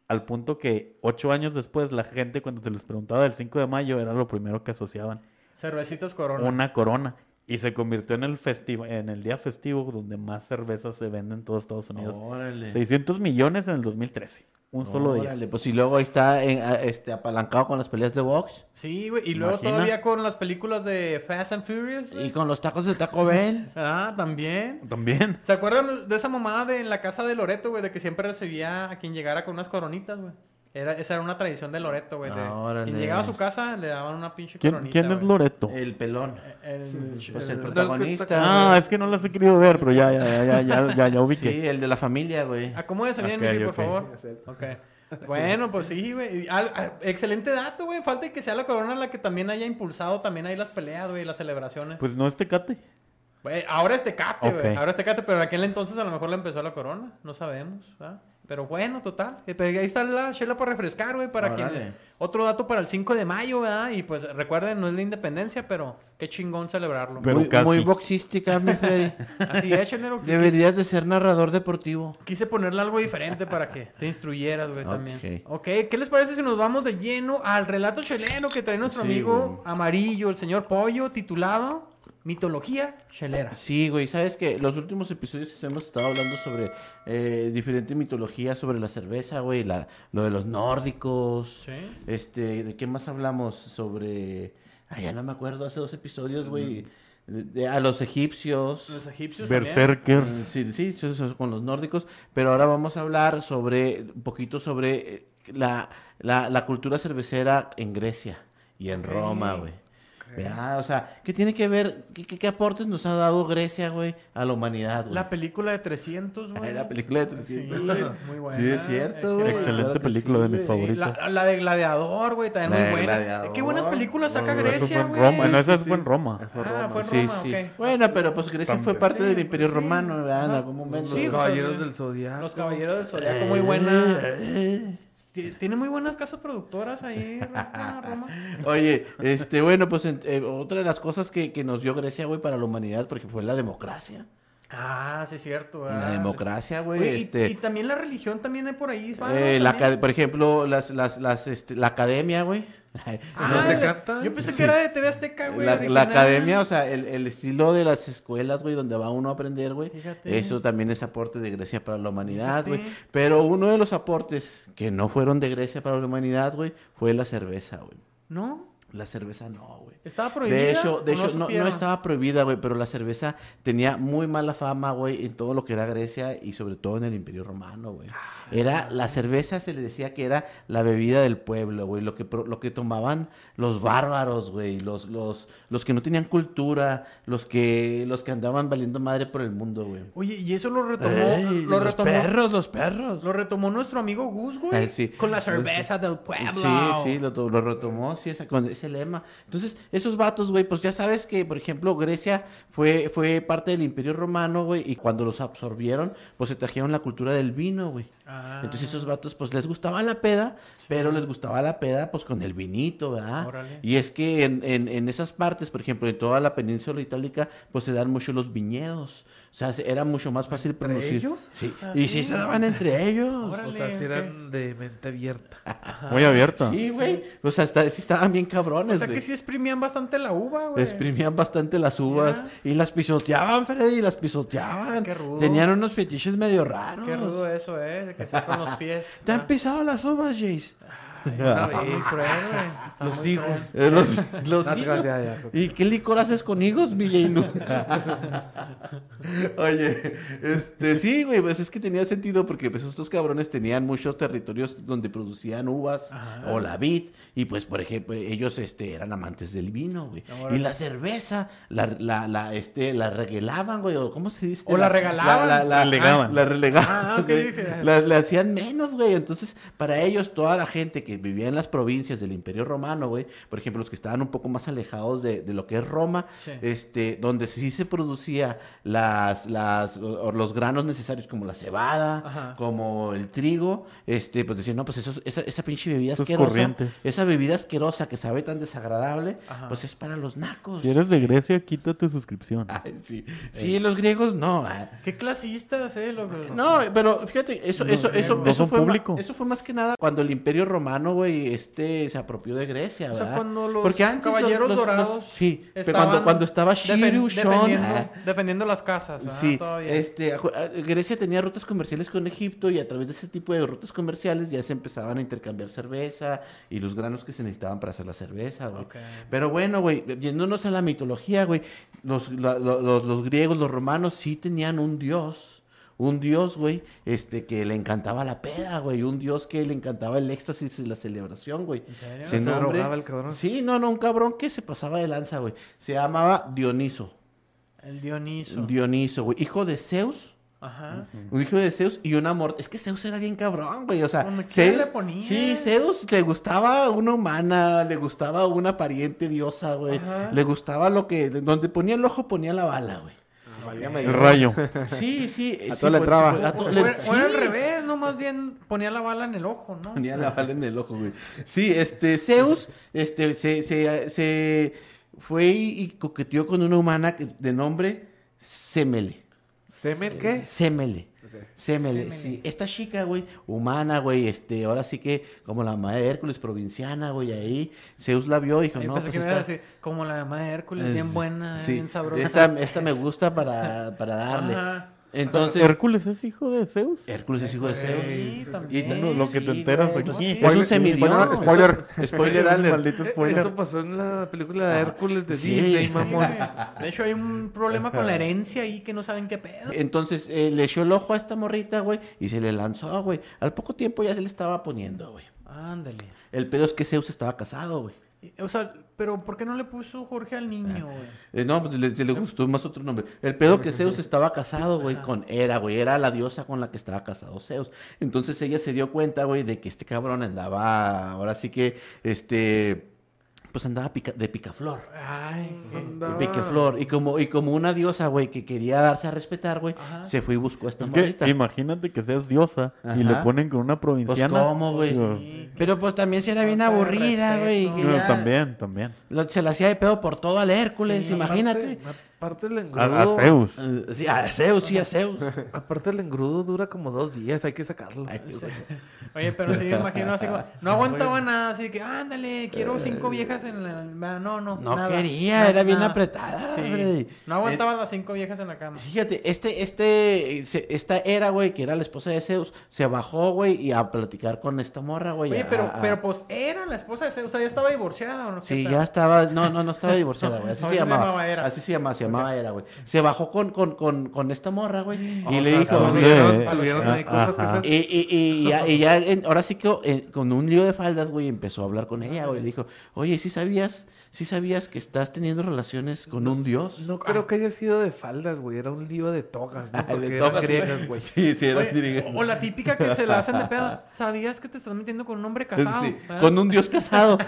S3: al punto que ocho años después la gente cuando se les preguntaba del 5 de mayo era lo primero que asociaban,
S2: Cervecitas corona.
S3: una corona. Y se convirtió en el, festivo, en el día festivo donde más cervezas se venden en todo Estados Unidos.
S4: Órale.
S3: 600 millones en el 2013, un solo día.
S4: Órale, pues y luego ahí está en- a- este, apalancado con las peleas de box
S2: Sí, güey. Y luego
S3: Imagina.
S2: todavía con las películas de Fast and Furious. güey.
S1: Y con los tacos de Taco Bell.
S2: Ah, también.
S3: También.
S2: ¿Se acuerdan de esa mamada de en la casa de Loreto, güey? De que siempre recibía a quien llegara con unas coronitas, güey. Era, esa era una tradición de Loreto, güey. de-
S4: Ah, órale.
S2: Quien llegaba a su casa le daban una pinche
S3: ¿Quién,
S2: coronita.
S3: quién es
S2: güey. Eh,
S3: Loreto?
S4: El pelón.
S2: El,
S4: Pues
S2: el-
S4: el protagonista.
S3: Ah, es que no las he querido ver, pero ya, ya, ya, ya, ya, ya, ya ubiqué.
S4: Sí, el de la familia, güey.
S2: Acomódese bien,
S3: Ok,
S2: Luigi,
S3: ok.
S2: por favor. Ok. Bueno, pues sí, güey. Y al- al- Excelente dato, güey. Falta que sea la corona la que también haya impulsado también ahí las peleas, güey, las celebraciones.
S3: Pues no, este cate.
S2: Güey, Pues, ahora es Tecate, güey.
S3: Ok.
S2: Ahora es Tecate, pero en aquel entonces a lo mejor le empezó la corona. No sabemos, ¿verdad? Pero bueno, total. Eh, pero ahí está la chela para refrescar, güey, para
S4: Órale.
S2: quien... Otro dato para el 5 de mayo, ¿verdad? Y pues recuerden, no es la independencia, pero qué chingón celebrarlo.
S3: Pero
S4: muy,
S3: casi.
S4: muy boxística, mi Freddy.
S2: Así es, chelero. que
S4: Deberías de ser narrador deportivo.
S2: Quise ponerle algo diferente para que te instruyeras, güey,
S4: Ok.
S2: también. Ok, ¿qué les parece si nos vamos de lleno al relato cheleno que trae nuestro
S4: Sí,
S2: amigo amarillo, el señor Pollo, titulado Mitología Chelera?
S4: Sí, güey, sabes que los últimos episodios hemos estado hablando sobre eh, diferente mitología sobre la cerveza, güey, la, lo de los nórdicos.
S2: Sí.
S4: Este, ¿de qué más hablamos? Sobre. Ah, ya no me acuerdo, hace dos episodios, güey. de- de- a los egipcios.
S2: Mm. Los egipcios también.
S4: Mm,
S3: Berserkers.
S4: Sí, sí, eso, eso es con los nórdicos. Pero ahora vamos a hablar sobre un poquito sobre eh, la, la, la cultura cervecera en Grecia y en Roma, güey. Vea, O sea, ¿qué tiene que ver? ¿Qué, qué, qué aportes nos ha dado Grecia, güey, a la humanidad, güey?
S2: La película de 300, güey.
S4: la película de
S2: Sí,
S4: 300, güey.
S2: muy buena.
S4: Sí, es cierto, güey.
S3: Excelente
S4: Claro que
S3: película
S4: sí,
S3: de mis
S4: güey.
S2: Sí,
S3: favoritas.
S2: la, la de Gladiador, güey, también
S4: La
S2: muy
S4: de
S2: buena.
S4: Gladiador.
S2: Qué buenas películas saca
S3: Pero eso fue
S2: Grecia,
S3: en
S2: güey.
S3: Roma. Bueno, esa fue en Roma.
S6: Fue
S2: Ah,
S6: Roma.
S2: fue en
S4: Sí,
S2: Roma,
S4: sí.
S2: ok.
S4: Bueno, pero pues Grecia fue
S3: También.
S4: parte
S2: Sí,
S4: del Imperio
S2: pues sí.
S4: Romano, ¿verdad? En
S2: Ajá.
S4: algún momento.
S2: Sí,
S5: Los
S2: pues,
S5: caballeros
S2: eh,
S5: del zodiaco.
S2: Los Caballeros del Zodiaco, muy buena.
S4: Eh.
S2: Ti- Tiene muy buenas casas productoras ahí, Rafa, Roma.
S4: Oye, este, bueno, pues en- eh, otra de las cosas que, que nos dio Grecia, güey, para la humanidad, porque fue la democracia.
S2: Ah, sí, es cierto.
S4: Y La
S2: ¿verdad?
S4: democracia, güey,
S2: Oye, y-
S4: este...
S2: y, también la religión también hay por ahí. ¿va? ¿no?
S4: eh, la
S2: También.
S4: acad- por ejemplo, las, las, las, este, la academia, güey.
S2: Ah,
S5: ¿Los de
S2: la-
S5: carta?
S2: Yo pensé que era de TV Azteca, güey.
S4: La, la
S2: original.
S4: academia, o sea, el, el estilo de las escuelas, güey, donde va uno a aprender, güey.
S2: Fíjate.
S4: Eso también es aporte de Grecia para la humanidad, güey.
S2: Fíjate.
S4: Pero uno de los aportes que no fueron de Grecia para la humanidad, güey, fue la cerveza, güey.
S2: ¿No?
S4: La cerveza no, güey.
S2: ¿Estaba prohibida?
S4: De hecho, de
S2: ¿O
S4: hecho no, no
S2: supieron?
S4: estaba prohibida, güey, pero la cerveza tenía muy mala fama, güey, en todo lo que era Grecia y sobre todo en el Imperio Romano, güey.
S2: Ah.
S4: Era, la cerveza se le decía que era la bebida del pueblo, güey, lo que, pro- lo que tomaban los bárbaros, güey, los, los, los que no tenían cultura, los que, los que andaban valiendo madre por el mundo, güey.
S2: Oye, y eso lo retomó.
S1: Ey,
S2: lo,
S1: los
S2: retomó
S1: perros, los perros.
S2: lo retomó nuestro amigo Gus, güey.
S4: Ah, sí.
S2: Con la cerveza del pueblo.
S4: Sí, sí, lo, to- lo retomó, sí, esa, con ese ese lema. Entonces, esos vatos, güey, pues ya sabes que, por ejemplo, Grecia fue, fue parte del Imperio Romano, güey, y cuando los absorbieron, pues se trajeron la cultura del vino, güey.
S2: Ah.
S4: Entonces esos vatos, pues les gustaba la peda, pero les gustaba la peda, pues con el vinito, ¿verdad?
S2: Órale.
S4: Y es que en, en- en esas partes, por ejemplo, en toda la península itálica, pues se dan mucho los viñedos. O sea, se- era mucho más fácil producir.
S5: ellos?
S4: Sí.
S2: O sea,
S4: Y
S2: sí.
S4: sí se daban entre ellos.
S5: O sea,
S2: Órale,
S5: si eran de mente abierta.
S3: Muy abierto.
S4: Sí, güey. O sea, está- sí estaban bien cabrones,
S2: O sea
S4: güey.
S2: que sí exprimían bastante la uva, güey.
S4: Exprimían bastante las uvas y las pisoteaban, Freddy, y las pisoteaban.
S2: Qué rudo.
S4: Tenían unos fetiches medio raros.
S2: Qué rudo eso, eh, de que sea con los pies. Ah,
S4: Te han pisado las uvas, Jace. Ah.
S2: Está bien cruel, güey. Está
S5: Los
S2: muy cruel.
S5: hijos.
S4: Eh, Los, los
S5: No,
S4: higos.
S5: gracias, ya,
S4: ¿Y qué licor haces con higos, Villainu? Oye, este, sí, güey, pues es que tenía sentido porque pues estos cabrones tenían muchos territorios donde producían uvas o la vid y pues, por ejemplo, ellos este, eran amantes del vino, güey. Y la cerveza la, la, la, este, la regalaban, güey, o ¿cómo se dice?
S2: O la regalaban.
S4: La, la, la-
S3: Relegaban.
S4: ah, la relegaban.
S2: Ah, ok,
S4: güey.
S2: dije.
S4: La, le hacían menos, güey. Entonces, para ellos, toda la gente que vivía en las provincias del Imperio Romano, güey, por ejemplo, los que estaban un poco más alejados de, de lo que es Roma,
S2: Sí.
S4: este, donde sí se producía las, las, o- o los granos necesarios como la cebada,
S2: Ajá.
S4: como el trigo, este, pues decían, no, pues eso, es- esa, esa pinche bebida
S3: Esos
S4: asquerosa,
S3: corrientes.
S4: esa bebida asquerosa que sabe tan desagradable,
S2: Ajá.
S4: pues es para los nacos.
S3: Si eres de Grecia, quita tu suscripción.
S4: Ay, sí. Sí, los griegos no. ah.
S2: Qué clasistas, eh, loco.
S4: No, pero fíjate, eso, eso, eso,
S3: no
S4: eso
S3: son
S4: fue ma-
S3: público.
S4: eso fue más que nada cuando el Imperio Romano, güey, este se apropió de Grecia,
S2: O
S4: ¿verdad?
S2: sea, cuando los
S4: antes
S2: caballeros
S4: los- los-
S2: dorados
S4: sí, pero
S2: estaban
S4: cuando, cuando estaba
S2: defen-
S4: Shiryu Shon,
S2: defendiendo,
S4: ah,
S2: defendiendo las casas, ¿verdad?
S4: sí,
S2: Todavía.
S4: este, ju- ah, Grecia tenía rutas comerciales con Egipto y a través de ese tipo de rutas comerciales ya se empezaban a intercambiar cerveza y los granos que se necesitaban para hacer la cerveza, güey.
S2: Ok.
S4: Pero bueno, güey, yéndonos a la mitología, güey, los, la- lo- los, los griegos, los romanos sí tenían un dios, un dios, güey, este, que le encantaba la peda, güey, un dios que le encantaba el éxtasis y la celebración, güey.
S2: ¿En serio?
S4: Se
S5: ¿Se
S4: nombre-
S5: drogaba el cabrón?
S4: Sí, no, no, un cabrón que se pasaba de lanza, güey. Se llamaba Dioniso,
S2: El Dioniso.
S4: Dioniso, güey, hijo de Zeus.
S2: Ajá.
S4: Un hijo de Zeus y un amor. Es que Zeus era bien cabrón, güey. O sea,
S2: Como quiera
S4: Zeus.
S2: le ponía.
S4: Sí, Zeus le gustaba una humana, le gustaba una pariente diosa, güey.
S2: Ajá.
S4: Le gustaba lo que. Donde ponía el ojo, ponía la bala, güey.
S3: El rayo.
S4: Sí, sí. eh,
S6: A
S4: sí,
S6: todo le
S4: pues,
S6: traba.
S4: sí, pues, a
S2: O,
S4: todo
S2: o
S4: le-
S2: era- o era al
S4: sí.
S2: revés, no más bien ponía la bala en el ojo, ¿no?
S4: Ponía la bala en el ojo, güey. Sí, este, Zeus, este, se, se, se fue y, y coqueteó con una humana que- de nombre Semele.
S5: ¿Semen qué?
S4: Semele. Semele,
S2: Semele.
S4: sí. Esta chica, güey, humana, güey, este, ahora sí que como la madre de Hércules provinciana, güey, ahí Zeus la vio y dijo,
S2: Ay,
S4: no,
S2: pensé
S4: pues
S2: que me iba a
S4: esta...
S2: decir, como la mamá de Hércules,
S4: es-
S2: bien buena, eh,
S4: sí,
S2: bien sabrosa.
S4: Esta, esta me gusta para, para darle.
S2: Ajá.
S4: Entonces,
S3: Hércules es hijo de Zeus.
S4: Hércules es hijo de Zeus.
S2: Sí,
S4: Y
S2: también.
S4: tan-
S3: Lo que te enteras
S4: güey,
S3: aquí.
S4: pues sí, Es un semidios.
S6: Spoiler, spoiler.
S4: Spoiler alert.
S3: Maldito spoiler.
S5: Eso pasó en la película de Hércules de
S4: Ah, Sí.
S5: Disney,
S2: Sí,
S5: mamón.
S2: güey. De hecho, hay un problema con la herencia ahí que no saben qué pedo.
S4: Entonces eh, le echó el ojo a esta morrita, güey, y se le lanzó, güey. Al poco tiempo ya se le estaba poniendo, güey.
S2: Ándale.
S4: El pedo es que Zeus estaba casado, güey.
S2: O sea, pero ¿por qué no le puso Jorge al niño, güey?
S4: Eh, no, pues le, se le
S2: Em,
S4: gustó más otro nombre. El pedo que Zeus estaba casado, güey, con Hera, güey. Era la diosa con la que estaba casado Zeus. Entonces ella se dio cuenta, güey, de que este cabrón andaba, ahora sí que, este, pues andaba pica- de picaflor.
S2: Ay, qué-
S4: De picaflor. Y como, y como una diosa, güey, que quería darse a respetar, güey,
S2: Ajá.
S4: se fue y buscó a esta
S3: Es
S4: morrita.
S3: que imagínate que seas diosa
S4: Ajá.
S3: y le ponen con una
S4: Pues
S3: provinciana.
S4: cómo, güey.
S3: Sí.
S4: Pero pues también si era bien
S2: Falta de
S4: aburrida, güey.
S2: respeto.
S4: que
S3: No,
S4: ya-
S3: También, también.
S4: lo- se la hacía de pedo por todo al Hércules,
S2: Sí,
S4: imagínate.
S5: Aparte- Aparte el
S3: A,
S5: engrudo.
S3: a Zeus.
S4: Eh, Sí, a Zeus, sí, a Zeus.
S5: Aparte el engrudo dura como dos días, hay que sacarlo.
S4: Ay, güey.
S2: Oye, pero sí, me imagino así como... No aguantaba nada, así que, ándale, quiero cinco viejas en la... No, no,
S4: Eh. No
S2: nada.
S4: quería,
S2: Na-
S4: era bien
S2: nada.
S4: apretada,
S2: Sí.
S4: Freddy.
S2: No aguantaba las cinco viejas en la cama.
S4: Fíjate, este, este, eh, se- esta era, güey, que era la esposa de Zeus, se bajó, güey, y a platicar con esta morra, güey.
S2: Oye,
S4: a-
S2: pero,
S4: a-
S2: pero pues era la esposa de Zeus, o sea, ya estaba divorciada o no. ¿Qué
S4: Sí,
S2: tal?
S4: ya estaba, no, no, no estaba divorciada, güey, así
S2: No,
S4: se
S2: esa se
S4: llamaba.
S2: llamaba Hera.
S4: Así se llamaba, se mamá era, güey. Se bajó con, con, con, con esta morra, güey.
S5: O
S4: y le
S5: sea,
S4: dijo.
S5: Tuvieron,
S3: "Eh,
S5: tuvieron ahí
S3: ah,
S5: cosas que
S3: ajá.
S5: hacer.
S4: Y, y, y ya, y ya en- ahora sí que eh, con un lío de faldas, güey, empezó a hablar con ella, güey. Le dijo, oye, ¿sí sabías, sí sabías que estás teniendo relaciones con un dios?
S5: No creo que haya sido de faldas, güey. Era un lío de togas, ¿no? Porque
S4: de
S5: eran
S4: todas,
S5: griegas,
S4: güey.
S5: güey.
S4: Sí, sí, eran
S2: Oye,
S4: griegas.
S2: o, o la típica que se la hacen de pedo. ¿Sabías que te estás metiendo con un hombre casado?
S4: Sí,
S2: Ah,
S4: con un dios casado.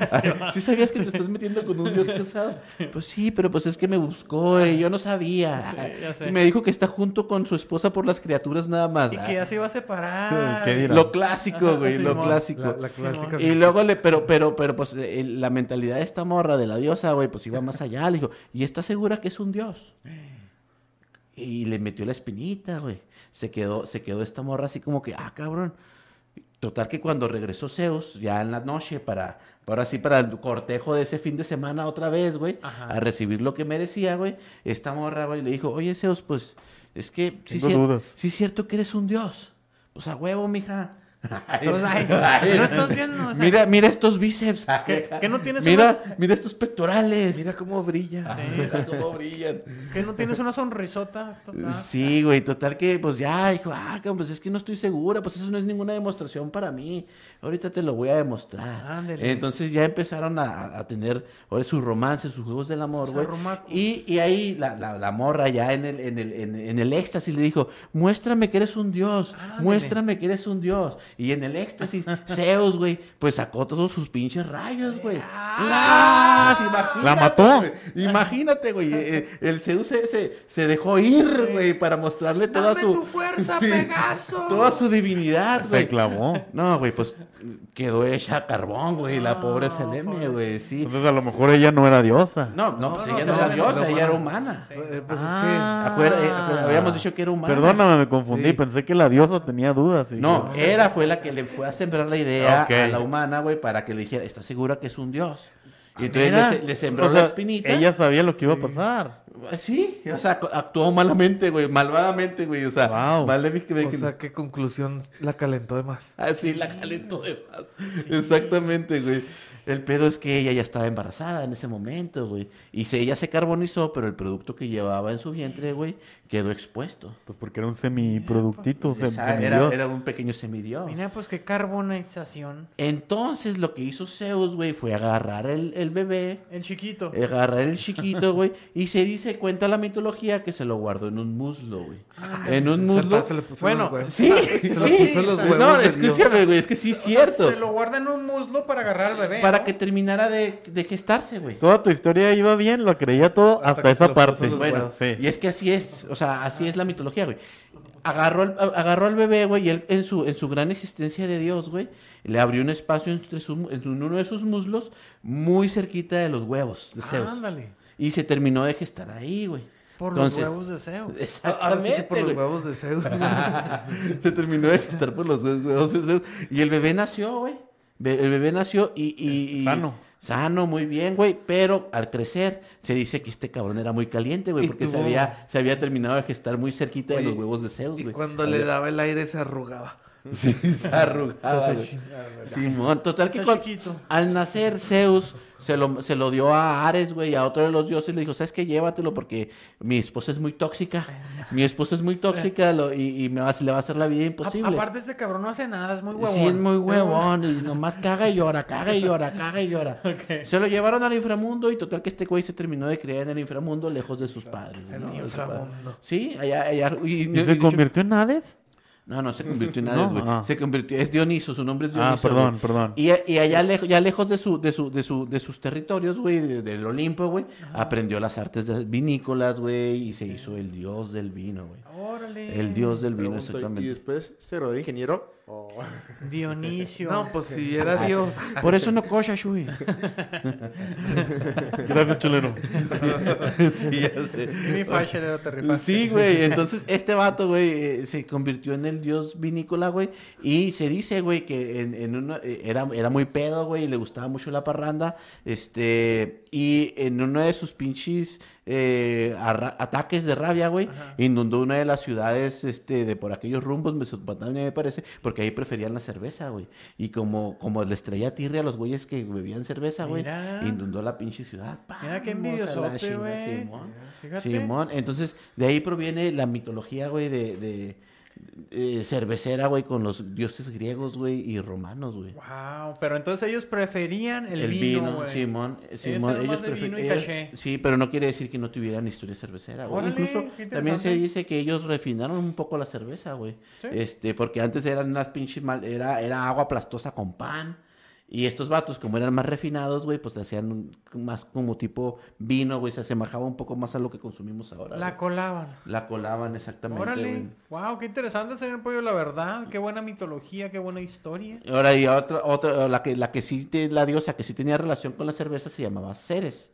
S4: ¿Sí sabías que te estás metiendo con un dios casado? Pues sí, pero pues es que me buscó y yo no sabía.
S2: Sí, ya sé.
S4: Y me dijo que está junto con su esposa por las criaturas nada más.
S2: Y que ya se iba a separar.
S3: ¿Qué dirá?
S4: Lo clásico,
S2: Ajá,
S4: güey,
S2: sí,
S4: lo
S2: mo.
S4: clásico.
S5: La, la clásica.
S4: Y luego le, pero, pero, pero, pues eh, la mentalidad de esta morra de la diosa, güey, pues iba más allá. Le dijo, ¿y está segura que es un dios? Y le metió la espinita, güey. Se quedó, se quedó esta morra así como que, ah, cabrón. Total que cuando regresó Zeus, ya en la noche, para, para así, para el cortejo de ese fin de semana otra vez, güey,
S2: Ajá.
S4: a recibir lo que merecía, güey, esta morra, güey, le dijo, oye, Zeus, pues, es que sí,
S3: Tengo
S4: cier-
S3: dudas.
S4: sí es cierto que eres un dios. Pues a huevo, mija. Ay,
S2: O sea,
S4: ay,
S2: Pues, no estás viendo. o sea,
S4: mira, mira estos bíceps.
S2: que, que no tienes
S4: Mira, mira estos pectorales.
S5: Mira cómo brilla.
S2: una, sí,
S4: Mira cómo brillan.
S2: que no tienes una sonrisota. total.
S4: Sí, güey, total que pues ya dijo, ah, cabrón, pues es que no estoy segura, pues eso no es ninguna demostración para mí. Ahorita te lo voy a demostrar.
S2: Ándale.
S4: Entonces ya empezaron a, a tener ahora sus romances, sus juegos del amor,
S2: O sea,
S4: güey.
S2: romacos.
S4: Y, y ahí la, la- la morra ya en el, en, el, en, en el éxtasis le dijo, muéstrame que eres un dios,
S2: Ándale.
S4: muéstrame que eres un dios. Y en el éxtasis, Zeus, güey, pues sacó todos sus pinches rayos, güey. ¡Las! Imagínate,
S3: La mató.
S4: güey. Imagínate, güey. eh, El Zeus se, se, se dejó ir, güey, para mostrarle toda
S2: Dame
S4: su...
S2: tu fuerza,
S4: Sí.
S2: Pegaso.
S4: Toda su divinidad,
S3: Se
S4: güey.
S3: clavó.
S4: No, güey, pues quedó heella carbón, güey, la pobre
S2: No,
S4: Selene,
S2: pobrecita.
S4: güey, sí.
S3: Entonces a lo mejor ella no era diosa.
S4: No, no, pues
S2: no,
S4: ella
S2: se
S4: no era
S2: la-
S4: diosa,
S5: la
S4: ella era
S5: humana.
S4: humana.
S5: Eh, pues es
S3: Ah.
S4: Acuer- eh, acu- habíamos dicho que era humana.
S3: Perdóname, me confundí.
S5: Sí.
S3: Pensé que la diosa tenía dudas. y-
S4: No, era fue la que le fue a sembrar la idea
S3: Ok.
S4: a la humana, güey, para que le dijera, ¿estás segura que es un dios? Y entonces le,
S3: Mira,
S4: se- le sembró
S3: o sea,
S4: la espinita.
S3: Ella sabía lo que iba a pasar.
S4: Sí, o sea, ac- actuó malamente, güey, malvadamente, güey, o sea,
S3: Wow.
S5: que,
S4: maléfic-
S5: o sea, qué conclusión la calentó de más.
S4: Así la calentó de más. Exactamente, güey. El pedo es que ella ya estaba embarazada en ese momento, güey. Y se, ella se carbonizó, pero el producto que llevaba en su vientre, güey, quedó expuesto.
S3: Pues porque era un semiproductito. sem-
S4: Esa- era,
S3: semidios.
S4: era un pequeño semidios.
S2: Mira, pues qué carbonización.
S4: Entonces lo que hizo Zeus, güey, fue agarrar el, el bebé,
S2: El chiquito.
S4: agarrar el chiquito, güey, y se dice, cuenta la mitología, que se lo guardó en un muslo, güey. En un muslo.
S5: Ah, Se le puso
S2: Bueno,
S5: los huevos.
S4: Sí,
S5: los
S4: sí.
S5: puso en los
S4: No,
S5: huevos de
S4: escúchame, güey, es que sí es
S2: O sea,
S4: cierto.
S2: se lo guarda en un muslo para agarrar al bebé.
S4: Para
S2: ¿no?
S4: que terminara de, de gestarse, güey.
S3: Toda tu historia iba bien, lo creía todo
S5: Hasta
S3: hasta,
S5: que se
S3: esa
S5: lo puso
S3: parte.
S5: los
S4: Bueno,
S3: sí.
S4: y es que así es, o sea, así es la mitología, güey. Agarró al, a- agarró al bebé, güey, y él en su, en su gran existencia de Dios, güey, le abrió un espacio entre su- en uno de sus muslos muy cerquita de los huevos
S5: Ah,
S4: de Zeus.
S2: Ah, Ándale.
S4: Y se terminó de gestar ahí, güey.
S2: Por
S4: Entonces- eh,
S2: los huevos de Zeus.
S5: Ah, Ahora sí que
S4: Exactamente,
S5: por los
S4: güey.
S5: huevos de Zeus. güey.
S4: Se terminó de gestar por los huevos de Zeus. Y el bebé nació, güey. Be- El bebé nació y... y- y-
S3: Sano.
S4: Sano, muy bien, güey. Pero al crecer se dice que este cabrón era muy caliente, güey.
S5: Y
S4: Porque se
S5: tuvo-
S4: había, se había terminado de gestar muy cerquita de
S5: Oye,
S4: los huevos de Zeus,
S5: Y
S4: güey.
S5: cuando le daba el aire se arrugaba.
S4: Sí, se arrugaba, güey. Simón, total que
S2: Está
S4: cuan-
S2: chiquito.
S4: al nacer Zeus se lo, se lo dio a Ares, güey, a otro de los dioses. Le dijo, ¿sabes qué? Llévatelo porque mi esposa es muy tóxica. Mi esposa es muy tóxica lo- y, y me va, a- le va a hacer la vida
S2: A-
S4: imposible.
S2: aparte, este cabrón no hace nada, es muy huevón.
S4: Sí, es muy huevón y nomás caga y llora, caga y llora, caga y llora. Se lo llevaron al inframundo y total que este güey se terminó de criar en el inframundo lejos de sus padres.
S5: El
S4: ¿no? De su
S5: inframundo.
S4: padre. Sí, allá, allá. Y,
S3: ¿Y
S4: y
S3: se
S4: dicho-
S3: convirtió en Hades?
S4: No, no se convirtió en Hades,
S3: No,
S4: güey.
S3: ah.
S4: Se convirtió, es Dioniso, su nombre es Dioniso.
S3: Ah, perdón,
S4: güey.
S3: perdón.
S4: Y, y allá lejo- ya lejos de su, de su, de su, de sus territorios, güey, de- del Olimpo, güey, aprendió las artes de- vinícolas, güey, y se hizo el dios del vino, güey.
S2: Órale.
S4: El dios del vino,
S6: Pregunto, Y
S4: exactamente.
S6: después cero de ingeniero.
S2: Dionisio.
S5: No, pues si era Dios.
S4: Por eso no cocha, Shui.
S3: Gracias, chulero.
S4: sí, ya sé.
S2: Mi fashion era terrible.
S4: Sí, güey. Entonces, este vato, güey, eh, se convirtió en el dios vinícola, güey. Y se dice, güey, que en, en uno, eh, era, era muy pedo, güey, y le gustaba mucho la parranda. Este, y en uno de sus pinches eh, arra- ataques de rabia, güey, inundó una de las ciudades este, de por aquellos rumbos, Mesopotamia, me parece, porque porque ahí preferían la cerveza, güey. Y como, como les traía tirria a los güeyes que bebían cerveza, güey,
S2: Mira.
S4: inundó la pinche ciudad.
S2: Mira qué
S4: Vamos a la
S2: envidiosote,
S4: chinga,
S2: güey.
S4: Simón.
S2: Fíjate.
S4: Simón, entonces de ahí proviene la mitología, güey, de, de- de, eh, cervecera, güey, con los dioses griegos, güey, y romanos, güey.
S2: Wow, pero entonces ellos preferían el,
S4: El
S2: vino,
S4: vino,
S2: güey.
S4: Simón, eh,
S2: Ellos
S4: Simón,
S2: eran más de
S4: prefer-
S2: vino y
S4: ellos-
S2: caché.
S4: sí, pero no quiere decir que no tuvieran historia cervecera, güey.
S2: Órale,
S4: Incluso
S2: qué
S4: también se
S2: interesante.
S4: dice que ellos refinaron un poco la cerveza, güey.
S2: Sí.
S4: Este, porque antes eran unas pinches mal, era, era agua aplastosa con pan. Y estos vatos, como eran más refinados, güey, pues le hacían un- más como tipo vino, güey. Se asemejaba un poco más a lo que consumimos ahora.
S2: La
S4: güey.
S2: colaban.
S4: La colaban exactamente.
S2: Órale.
S4: güey.
S2: Wow, qué interesante, señor Pollo, la verdad. Qué buena mitología, qué buena historia.
S4: Ahora, y otra, otra, la que, la que sí, te- la diosa que sí tenía relación con la cerveza se llamaba Ceres.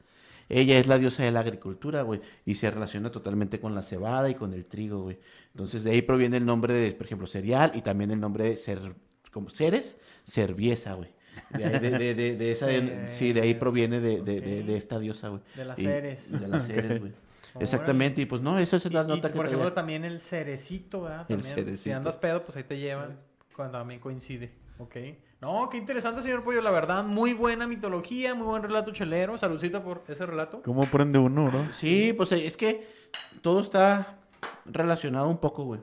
S4: Ella es la diosa de la agricultura, güey, y se relaciona totalmente con la cebada y con el trigo, güey. Entonces, de ahí proviene el nombre de, por ejemplo, cereal y también el nombre de ser, como Ceres, cervieza, güey. De, ahí- de, de, de- de esa, sí, de ahí proviene de, de, de- de esta diosa, güey.
S2: De las
S4: Y-
S2: Ceres.
S4: De las Ceres, güey. Exactamente, y pues no, esa es
S2: Y,
S4: la
S2: y,
S4: nota que
S2: por ejemplo,
S4: traía.
S2: también el cerecito, ¿verdad?
S4: El
S2: También, Si
S4: cerecito.
S2: andas pedo, pues ahí te llevan. Cuando también coincide. Ok. No, qué interesante, señor Pollo. La verdad, muy buena mitología, muy buen relato chelero. Saludcita por ese relato.
S3: ¿Cómo prende uno, no?
S4: Sí, pues es que todo está relacionado un poco, güey.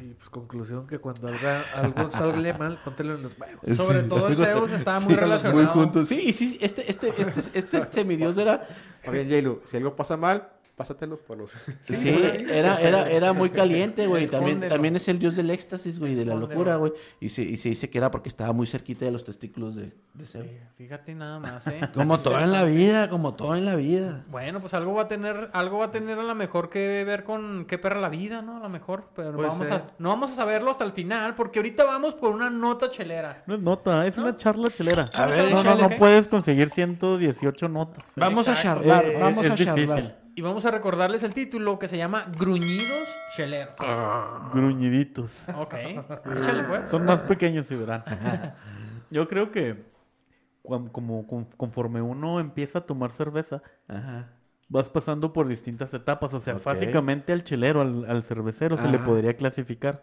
S5: Y pues conclusión que cuando haga algo sale mal, póntelo en los huevos.
S2: Sobre todo el Zeus estaba muy relacionado.
S4: Sí, y sí, este, este, este, este, semidios era,
S6: Oye, Jailu, si algo pasa mal, pásatelo por los...
S4: sí, era, era, era muy caliente, güey. También,
S2: Escóndelo.
S4: también es el dios del éxtasis, güey, de la
S2: Escóndelo.
S4: locura, güey. Y se, y se dice que era porque estaba muy cerquita de los testículos de, de Zeus.
S2: Fíjate nada más, ¿eh?
S1: Como todo en la vida, como todo en la vida.
S2: Bueno, pues algo va a tener, algo va a tener a lo mejor que ver con qué perra la vida, ¿no? A lo mejor, pero
S6: Puede
S2: vamos
S6: ser.
S2: a, no vamos a saberlo hasta el final, porque ahorita vamos por una nota chelera.
S3: No es nota, es una charla chelera.
S1: A ver,
S3: no, no,
S1: échale,
S3: no
S1: ¿qué?
S3: puedes conseguir 118 notas.
S1: Vamos
S2: Exacto.
S1: a charlar,
S3: Eh,
S1: vamos
S3: es
S1: a
S3: difícil.
S1: charlar.
S2: Y vamos a recordarles el título que se llama Gruñidos Cheleros.
S3: Ah. Gruñiditos.
S2: Ok, échale pues.
S3: Son más pequeños, y verán. Yo creo que cuan- como con- conforme uno empieza a tomar cerveza,
S4: Ajá.
S3: vas pasando por distintas etapas. O sea,
S4: Ok.
S3: básicamente al chelero, al, al cervecero, se le
S4: Ajá.
S3: podría clasificar.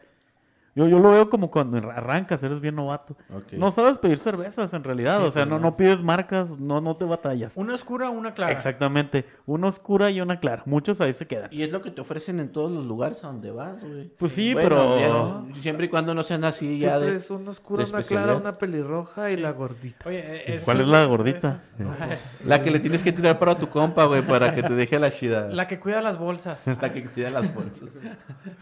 S3: Yo, yo lo veo como cuando ar- arrancas, eres bien novato.
S4: Ok.
S3: No sabes pedir cervezas en realidad.
S4: Sí,
S3: o sea,
S4: pero
S3: no,
S4: no.
S3: no pides marcas, no, no te batallas.
S2: Una oscura, una clara.
S3: Exactamente. Una oscura y una clara. Muchos ahí se quedan.
S4: Y es lo que te ofrecen en todos los lugares a donde vas, güey.
S3: Pues sí,
S4: Bueno,
S3: pero...
S4: ya- siempre y cuando no sean así ya
S5: Siempre
S4: de...
S5: es una oscura,
S4: de
S5: una clara,
S4: especialidad.
S5: una pelirroja y la gordita.
S2: Oye, eh, eso
S3: ¿Cuál es la gordita? pues.
S4: La que le tienes que tirar para tu compa, güey, para que te deje la chida. La,
S2: La que cuida las bolsas.
S4: que cuida las bolsas.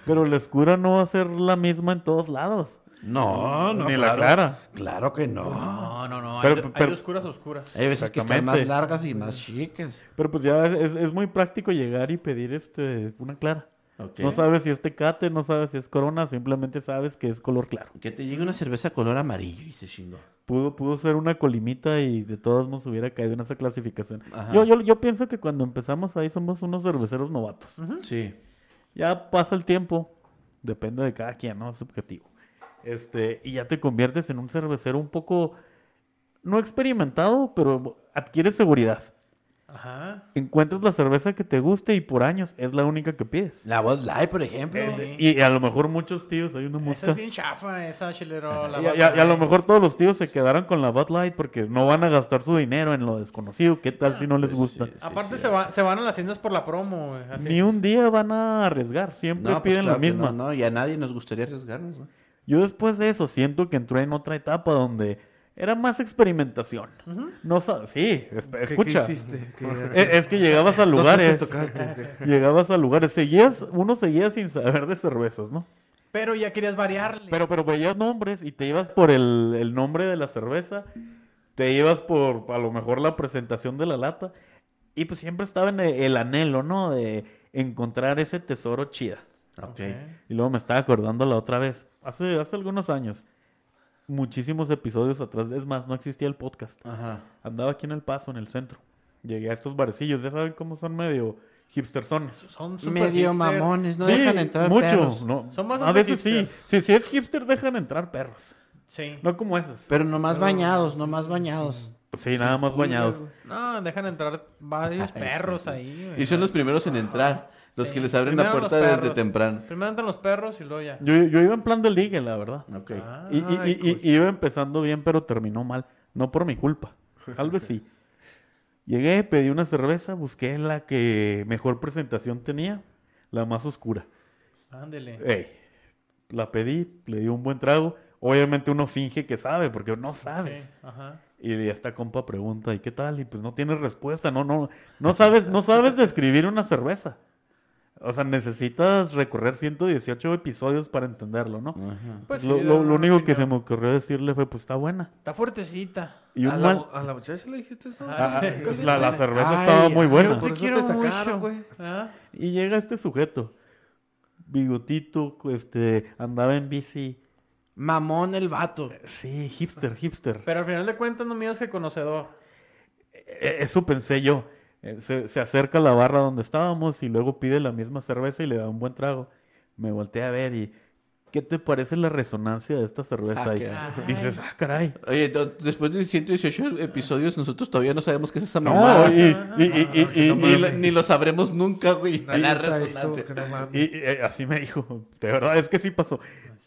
S3: Pero la oscura no va a ser la misma en todos lados.
S1: No, no,
S3: Ni la
S1: claro.
S3: clara.
S1: Claro que no.
S2: No, no, no. Hay,
S3: Pero-
S2: hay
S3: pero- Eh,
S2: oscuras, oscuras.
S4: Hay veces que están
S3: Exactamente.
S4: más largas y más chicas.
S3: Pero pues ya es, es muy práctico llegar y pedir este una clara.
S4: Ok.
S3: No sabes si es tecate, no sabes si es corona, simplemente sabes que es color claro.
S4: Que te llegue una cerveza color amarillo y se chingó.
S3: Pudo, pudo ser una colimita y de todos nos hubiera caído en esa clasificación.
S4: Ajá.
S3: Yo, yo, yo pienso que cuando empezamos ahí somos unos cerveceros novatos.
S4: Sí.
S3: Ya pasa el tiempo, depende de cada quien, ¿no? Subjetivo. Este, y ya te conviertes en un cervecero un poco, no experimentado, pero adquieres seguridad.
S2: Ajá.
S3: encuentras la cerveza que te guste y por años es la única que pides.
S4: La voz live, por ejemplo.
S2: Sí.
S3: Y a lo mejor muchos tíos, hay una
S2: Esa es
S3: mosca.
S2: bien chafa, esa chelero. la
S3: Y,
S2: vaca,
S3: a- y a- y a lo
S2: güey.
S3: mejor todos los tíos se quedaron con la Bud Light porque
S2: Ah.
S3: no van a gastar su dinero en lo desconocido. ¿Qué tal si no les gusta?
S4: Pues sí,
S2: Aparte se, va- se van a las tiendas por la promo, güey. así.
S3: Ni un día van a arriesgar, siempre
S4: No, pues
S3: piden
S4: claro
S3: la
S4: que
S3: misma.
S4: No, no, y a nadie nos gustaría arriesgarnos, güey.
S3: Yo después de eso siento que entré en otra etapa donde era más experimentación. No sa- sí, es-
S5: ¿Qué- qué
S3: escucha.
S5: hiciste? ¿Qué-
S3: E- Es que llegabas a
S5: ¿Dónde te
S3: lugares,
S5: tocaste? ¿Qué?
S3: llegabas a lugares, seguías, uno seguía sin saber de cervezas, ¿no?
S2: Pero ya querías variarle.
S3: Pero, pero veías nombres y te ibas por el, el nombre de la cerveza, te ibas por a lo mejor la presentación de la lata, y pues siempre estaba en el, el anhelo, ¿no? De encontrar ese tesoro chida.
S4: Ok.
S2: ¿eh?
S3: Y luego me estaba acordando la otra vez, hace, hace algunos años, muchísimos episodios atrás, es más, no existía el podcast.
S4: Ajá.
S3: Andaba aquí en El Paso, en el centro. Llegué a estos barecillos, ya saben cómo son medio hipsterzones.
S2: Son super
S4: Medio
S2: hipster.
S4: mamones, no
S3: Sí,
S4: dejan entrar
S3: mucho,
S4: perros.
S3: ¿no?
S2: Son bastante
S3: a veces sí.
S2: hipsters.
S3: Si, si es hipster, dejan entrar perros.
S2: Sí.
S3: No como esas.
S4: Pero nomás bañados, nomás bañados.
S3: Pues sí, nada más bañados.
S2: No, dejan entrar varios perros ahí. güey.
S4: Y son los primeros en entrar. Los
S2: Sí.
S4: que les abren la
S2: Primero los
S4: puerta desde
S2: perros.
S4: temprano.
S2: Primero entran los perros y luego ya.
S3: Yo, yo iba en plan de ligue, la verdad.
S4: Ok.
S3: Y, y- y- y- iba empezando bien, pero terminó mal. No por mi culpa. Tal vez sí. Llegué, pedí una cerveza, busqué la que mejor presentación tenía, la más oscura.
S2: Ándele.
S3: Ey, la pedí, le di un buen trago. Obviamente uno finge que sabe, porque no sabes.
S2: Sí, ajá.
S3: Y esta compa pregunta, ¿y qué tal? Y pues no tienes respuesta, no, no, no sabes, no sabes describir una cerveza. O sea, necesitas recorrer 118 episodios para entenderlo, ¿no?
S4: Ajá.
S2: Pues
S3: lo,
S2: sí,
S3: lo-
S2: da
S3: lo
S2: una
S3: único que
S2: opinión.
S3: se me ocurrió decirle fue, pues está buena.
S2: Está fuertecita.
S3: Y
S5: ¿A,
S3: un
S5: la,
S3: mal...
S5: ¿A la muchacha le dijiste eso?
S2: Ah,
S3: Ah, ah,
S2: sí,
S3: pues,
S2: sí,
S3: la, la
S2: sí.
S3: cerveza
S1: Ay,
S3: estaba muy
S1: yo
S3: buena.
S5: Por
S2: Te
S5: eso te
S2: quiero
S5: sacaron,
S2: mucho.
S5: güey.
S2: Ah,
S3: Y llega este sujeto, bigotito, este, andaba en bici.
S1: Mamón el vato.
S3: Sí, hipster, hipster.
S2: Pero al final de cuentas no miras que conocedor.
S3: E- Eso pensé yo. Eh, Se, se acerca a la barra donde estábamos y luego pide la misma cerveza y le da un buen trago. Me volteé a ver y... ¿Qué te parece la resonancia de esta cerveza?
S4: Ah,
S3: Y
S4: qué-
S3: dices, ah, caray.
S4: Oye, no, después de 118 episodios, nosotros todavía no sabemos qué es esa
S3: No,
S4: mamada.
S3: y, y- y- y- y- y-
S4: Ni- ni, lo- ni lo sabremos nunca, güey.
S5: Nadie
S4: La
S5: usa eso,
S4: resonancia.
S5: que no mames.
S3: Y, y, eh, así me dijo, de verdad, es que sí pasó.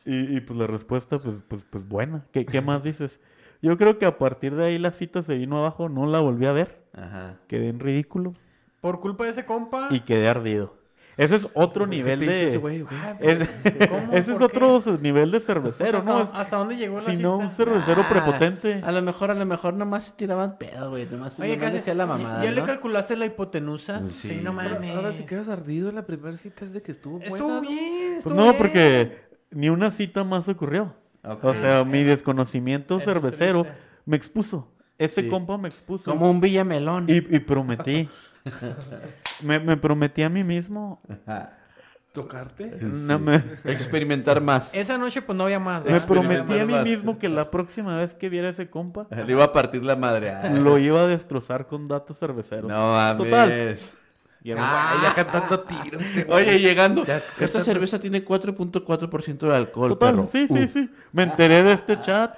S3: Y, y, pues la respuesta, pues, pues, pues buena. ¿Qué, qué más dices? Yo creo que a partir de ahí la cita se vino abajo, no la volví a ver,
S4: Ajá.
S3: quedé en ridículo
S2: Por culpa de ese compa. pues,
S3: y quedé ardido. Ese es otro
S5: Pues, ¿qué
S3: nivel
S5: te hizo
S3: de... Ah,
S5: ese güey, güey?
S3: es-
S2: ¿Cómo?
S3: ese es
S2: ¿Por qué? Pues
S3: otro nivel de cervecero,
S2: Pero
S3: ¿no? Es-
S2: hasta, hasta dónde llegó la
S3: si no, un
S2: cita?
S3: cervecero
S4: Ah,
S3: prepotente.
S4: A lo mejor, a lo mejor nomás se tiraban pedo, güey. Nomás,
S2: Oye,
S4: nomás
S2: casi.
S4: hacía la mamada.
S2: ¿Ya le
S4: ¿no?
S2: calculaste la hipotenusa? Sí,
S4: Sí.
S2: no
S5: Pero
S2: mames.
S5: Ahora si quedas ardido en la primera cita es de que estuvo buena.
S2: Estuvo
S5: ¿no?
S2: bien.
S3: Pues
S2: estuvo
S3: no,
S2: bien.
S3: porque ni una cita más ocurrió.
S4: Ok.
S3: O sea, mi desconocimiento
S2: Eso es
S3: cervecero
S2: triste.
S3: me expuso. Ese
S4: Sí.
S3: compa me expuso.
S1: Como un villamelón.
S3: Y, y prometí. me, me prometí a mí mismo.
S4: Ajá.
S5: ¿Tocarte?
S3: no me,
S4: Ah, Experimentar más. Eh,
S2: Esa noche pues no había más.
S3: me
S2: ¿verdad?
S3: prometí a mí
S4: más.
S3: mismo que la próxima vez que viera a ese compa,
S4: Le iba a partir la madre. Ah,
S3: lo iba a destrozar con datos cerveceros.
S4: no mames.
S3: Total.
S5: Y el güey Ah, ya cantando tiros. este güey.
S4: Oye, llegando.
S5: Ya, ¿qué
S4: Esta
S5: tanto?
S4: cerveza tiene 4.4% de alcohol.
S3: Total,
S4: perro.
S3: sí,
S4: Uh.
S3: sí, sí. Me enteré de este chat.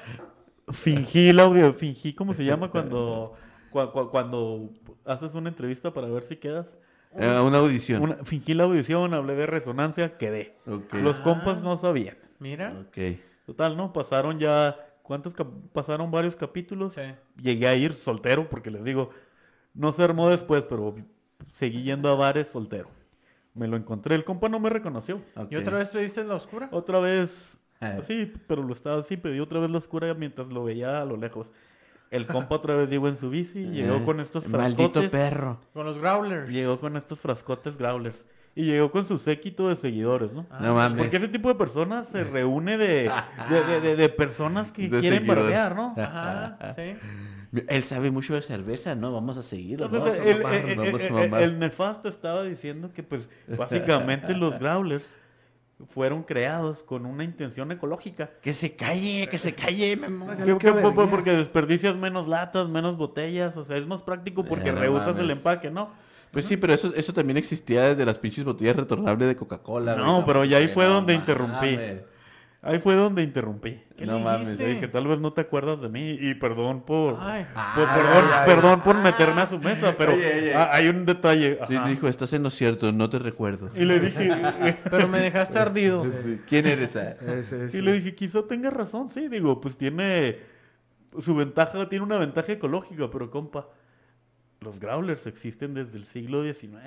S3: Fingí el audio, fingí cómo se llama cuando, cua- cua- cuando haces una entrevista para ver si quedas.
S4: Eh, una audición.
S3: Una- fingí la audición, hablé de resonancia, quedé.
S4: Ok.
S3: Los compas no sabían.
S2: Mira.
S4: Ok.
S3: Total, ¿no? Pasaron ya, ¿cuántos? cap- Pasaron varios capítulos.
S2: Sí.
S3: Llegué a ir soltero porque les digo, no se armó después, pero seguí yendo a bares soltero. Me lo encontré, el compa no me reconoció.
S4: ok.
S2: ¿Y otra vez pediste la oscura?
S3: Otra vez,
S4: Ah.
S3: sí, pero lo estaba así, pedí otra vez la oscura mientras lo veía a lo lejos. El compa otra vez llegó en su bici,
S4: eh,
S3: llegó con estos
S1: Eh, Maldito
S3: frascotes.
S1: perro.
S2: Con los growlers.
S3: Llegó con estos frascotes growlers. Y llegó con su séquito de seguidores, ¿no?
S2: Ah.
S4: No mames.
S3: Porque ese tipo de personas se reúne de, de, de- de- de personas que
S4: De
S3: quieren
S4: seguidores.
S3: barbear, ¿no?
S2: Ajá, sí.
S4: Él sabe mucho de cerveza, ¿no? Vamos a seguirlo.
S3: Entonces,
S4: vamos a
S3: el,
S4: mamar,
S3: el-
S4: vamos a
S3: el-
S4: mamar.
S3: el nefasto estaba diciendo que, pues, básicamente los growlers fueron creados con una intención ecológica.
S1: Que se calle, que se calle,
S4: Pues,
S1: mamón.
S3: Que- que-
S5: verga.
S3: por- porque desperdicias menos latas, menos botellas, o sea, es más práctico porque
S4: Eh, no
S3: rehusas el
S4: mames.
S3: empaque, ¿no?
S4: Pues sí, pero eso, eso también existía desde las pinches botellas retornables de Coca-Cola.
S3: No,
S4: güey.
S3: pero ya ahí
S4: Güey,
S3: fue
S4: no
S3: donde
S4: mames.
S3: interrumpí. Ahí fue donde interrumpí.
S2: ¿Qué
S4: No
S2: le
S4: mames,
S2: dijiste?
S3: Le dije, tal vez no te acuerdas de mí y perdón por...
S2: Ay.
S3: por- perdón, perdón por meterme a su mesa, pero
S4: Oye, oye.
S3: ah, hay un detalle.
S4: Y
S3: ajá.
S4: dijo, estás en lo cierto, no te recuerdo.
S3: Y eh, le dije,
S2: Pero me dejaste ardido.
S4: ¿Quién eres? ah?
S5: Ese, ese.
S3: y le dije, quizá tenga razón, sí, digo, pues tiene su ventaja, tiene una ventaja ecológica, pero compa, los growlers existen desde el siglo XIX.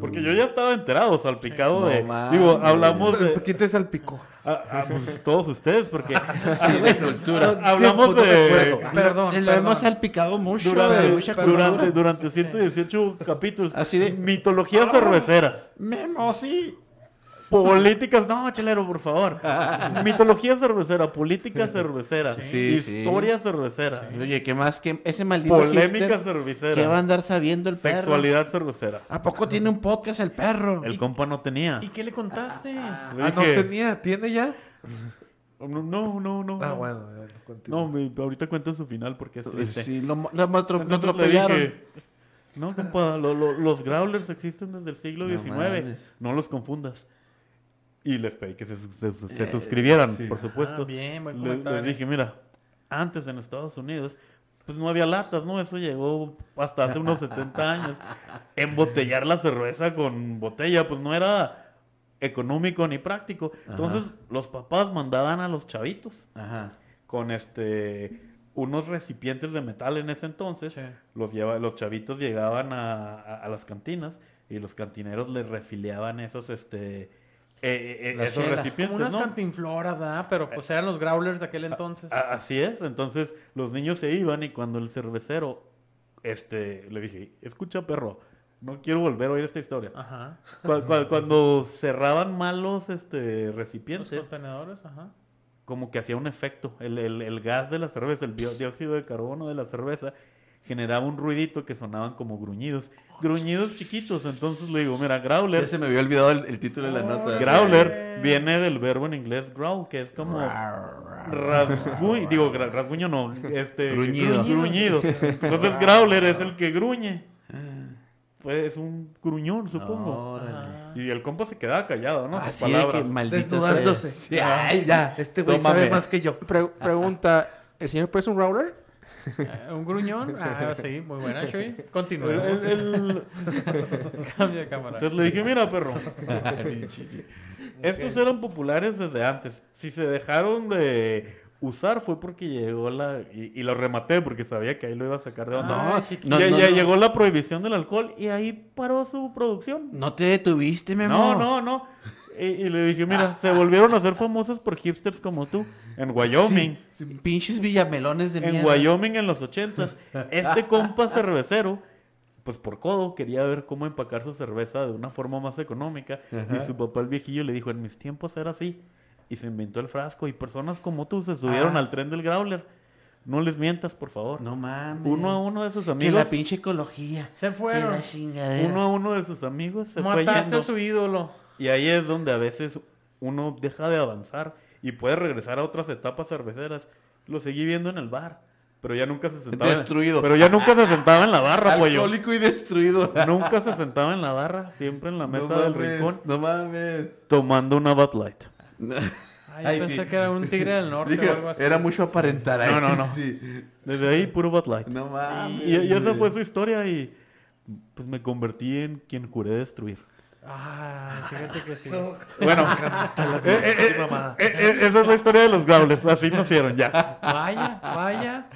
S3: Porque yo ya estaba enterado, salpicado
S4: Uh. No
S3: de...
S4: mames.
S3: Digo, hablamos de...
S5: ¿Quién te salpicó?
S3: a- a, pues, todos ustedes, porque
S4: Sí, güey, cultura.
S3: hablamos
S5: Tiempo, no
S3: de...
S5: recuerdo.
S2: Perdón.
S1: Lo
S2: perdón.
S1: hemos salpicado mucho.
S3: Durante,
S1: de mucha
S3: durante,
S1: cultura.
S3: durante 118 capítulos.
S4: Así de-
S5: Ah.
S3: Mitología cervecera.
S1: Memo, sí.
S3: Políticas. No, chelero, por favor. Mitología cervecera. Política cervecera.
S4: Sí, sí.
S3: historia cervecera.
S4: Oye, ¿qué más? que Ese maldito
S3: Polémica
S4: hipster,
S3: cervecera.
S4: ¿Qué va a andar sabiendo el perro?
S3: Sexualidad cervecera.
S1: ¿A poco tiene un podcast el perro?
S3: El compa no tenía.
S2: ¿Y qué le contaste?
S3: Le
S5: Ah, no
S3: dije,
S5: tenía. ¿Tiene ya?
S3: No, no, no. no.
S5: Ah, bueno. bueno, continúa.
S3: No, me- ahorita cuento su final porque es triste.
S4: Sí, lo, lo matro- lo
S3: Entonces le
S4: atropellaron.
S3: dije, no, compa, lo- lo- los growlers existen desde el siglo
S4: No
S3: XIX.
S4: mames.
S3: No los confundas. Y les pedí que se, sus- se-
S4: Eh,
S3: se suscribieran, por
S2: Ah,
S3: supuesto.
S2: bien, buen
S3: Le- les,
S2: comentario.
S3: dije, mira, antes en Estados Unidos pues no había latas, ¿no? Eso llegó hasta hace unos 70 años. Embotellar la cerveza con botella, pues no era económico ni práctico. Entonces, los papás mandaban a los chavitos
S4: Ajá.
S3: con este unos recipientes de metal en ese entonces.
S2: Sí.
S3: Los, lleva, los chavitos llegaban a, a- a las cantinas y los cantineros les refileaban esos este eh, eh, eh,
S4: La
S3: esos
S4: chela.
S2: Como
S3: recipientes,
S2: unas
S3: ¿no? Ah,
S2: cantinfloras, ¿verdad? Pero pues eran los growlers de aquel entonces.
S3: A- así es, entonces los niños se iban y cuando el cervecero este le dije, "Escucha, perro, no quiero volver a oír esta historia."
S2: Ajá.
S3: Cu- cu- cuando cerraban malos este
S2: Los
S3: recipientes,
S2: contenedores, ajá.
S3: como que hacía un efecto. El, el- el gas de la cerveza, el bio- dióxido de carbono de la cerveza, generaba un ruidito que sonaban como gruñidos.
S4: Oh,
S3: Gruñidos chiquitos. Entonces le digo, mira,
S4: Ya
S3: growler.
S4: se me había olvidado el, el título de la nota.
S3: Growler viene del verbo en inglés growl, que es como rasguño, digo gra- rasguño no, este
S4: Gruñido. Ah.
S3: gru- gruñido. Entonces growler es el que gruñe. Pues es un gruñón, supongo.
S4: Órale.
S3: Y el compa se quedaba callado, ¿no? Sus
S4: Así de que
S3: palabras.
S4: maldita
S5: Desnudándose.
S4: sea. Sí, ay, ya.
S5: Este güey
S4: Tómame.
S5: sabe más que yo.
S6: Pre- pregunta, ¿el señor puede un router?
S2: Eh, Un gruñón. Ah, sí, muy buena, Shui.
S3: El-
S2: Continuemos.
S3: el- el-
S2: Cambia de cámara.
S3: Entonces le dije, mira, perro. Estos eran populares desde antes. Si se dejaron de usar fue porque llegó la... Y, y lo rematé porque sabía que ahí lo iba a sacar de onda.
S2: Ah,
S4: No,
S2: chiquito.
S4: no,
S3: ya,
S4: no,
S3: ya
S4: no.
S3: llegó la prohibición del alcohol y ahí paró su producción.
S4: No te detuviste, mi
S3: No,
S4: amor.
S3: no, no. Y, y le dije, mira, se volvieron a ser famosos por hipsters como tú en Wyoming.
S4: Sí, sí, pinches villamelones de
S3: en
S4: mierda.
S3: Wyoming en los ochentas. Este compa cervecero, pues por codo, quería ver cómo empacar su cerveza de una forma más económica. Y su papá, el viejillo, le dijo, en mis tiempos era así. Y se inventó el frasco. Y personas como tú se subieron
S4: Ah.
S3: al tren del growler. No les mientas, por favor.
S4: No mames.
S3: Uno a uno de sus
S4: Que la
S3: amigos.
S4: pinche ecología.
S2: Se
S4: Que
S2: fueron.
S4: la chingadera.
S3: Uno a uno de sus amigos se fue
S2: Mataste
S3: yendo.
S2: a su ídolo.
S3: Y ahí es donde a veces uno deja de avanzar y puede regresar a otras etapas cerveceras. Lo seguí viendo en el bar, pero ya nunca se sentaba. en-
S4: Destruido.
S3: pero ya nunca se sentaba en la barra, pollo.
S4: Alcohólico y destruido.
S3: Nunca se sentaba en la barra, siempre en la mesa del
S4: mames,
S3: rincón,
S4: No mames.
S3: tomando una Bud Light.
S2: Ay,
S4: Ay,
S2: pensé
S4: sí.
S2: que era un tigre del norte
S4: Dije,
S2: o algo así.
S4: era mucho aparentar ahí.
S3: No, no, no.
S4: Sí.
S3: Desde ahí, puro Bud Light.
S4: No mames.
S3: Y, y esa fue su historia y pues me convertí en quien juré destruir.
S2: Ah, fíjate que sí.
S3: Bueno, eh, eh, eh, eh, eh, esa es la historia de los Growlers, así nacieron ya.
S2: Vaya, vaya.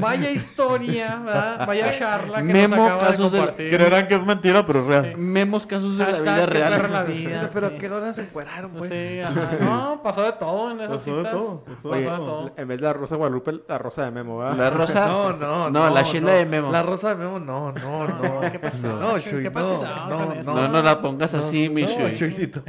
S2: Vaya historia, ¿verdad? Vaya charla que
S4: Memo,
S2: nos acaba de
S4: casos de la-
S2: compartir.
S3: Creerán que es mentira, pero es real.
S4: Memos casos de la
S2: Hashtag
S4: vida
S2: que perra
S4: real.
S2: la vida,
S5: Pero
S2: sí.
S5: qué horas se encueraron,
S2: No
S5: pues.
S2: sé, ajá. No, pasó de todo en esas
S3: Pasó de
S2: citas.
S3: todo, pasó de
S2: Pasó
S6: Oye,
S2: de todo.
S6: en vez de la rosa de Guadalupe, la rosa de Memo, ¿verdad?
S4: La rosa.
S5: No, no, no.
S4: No, la chela
S5: no.
S4: de Memo.
S5: La rosa de Memo, no, no, no. ¿Qué pasó? No, Shui,
S2: ¿Qué
S5: no,
S2: pasó con
S5: no,
S2: eso?
S5: no.
S4: No, no la pongas así, mi Shui.
S5: Chuycito.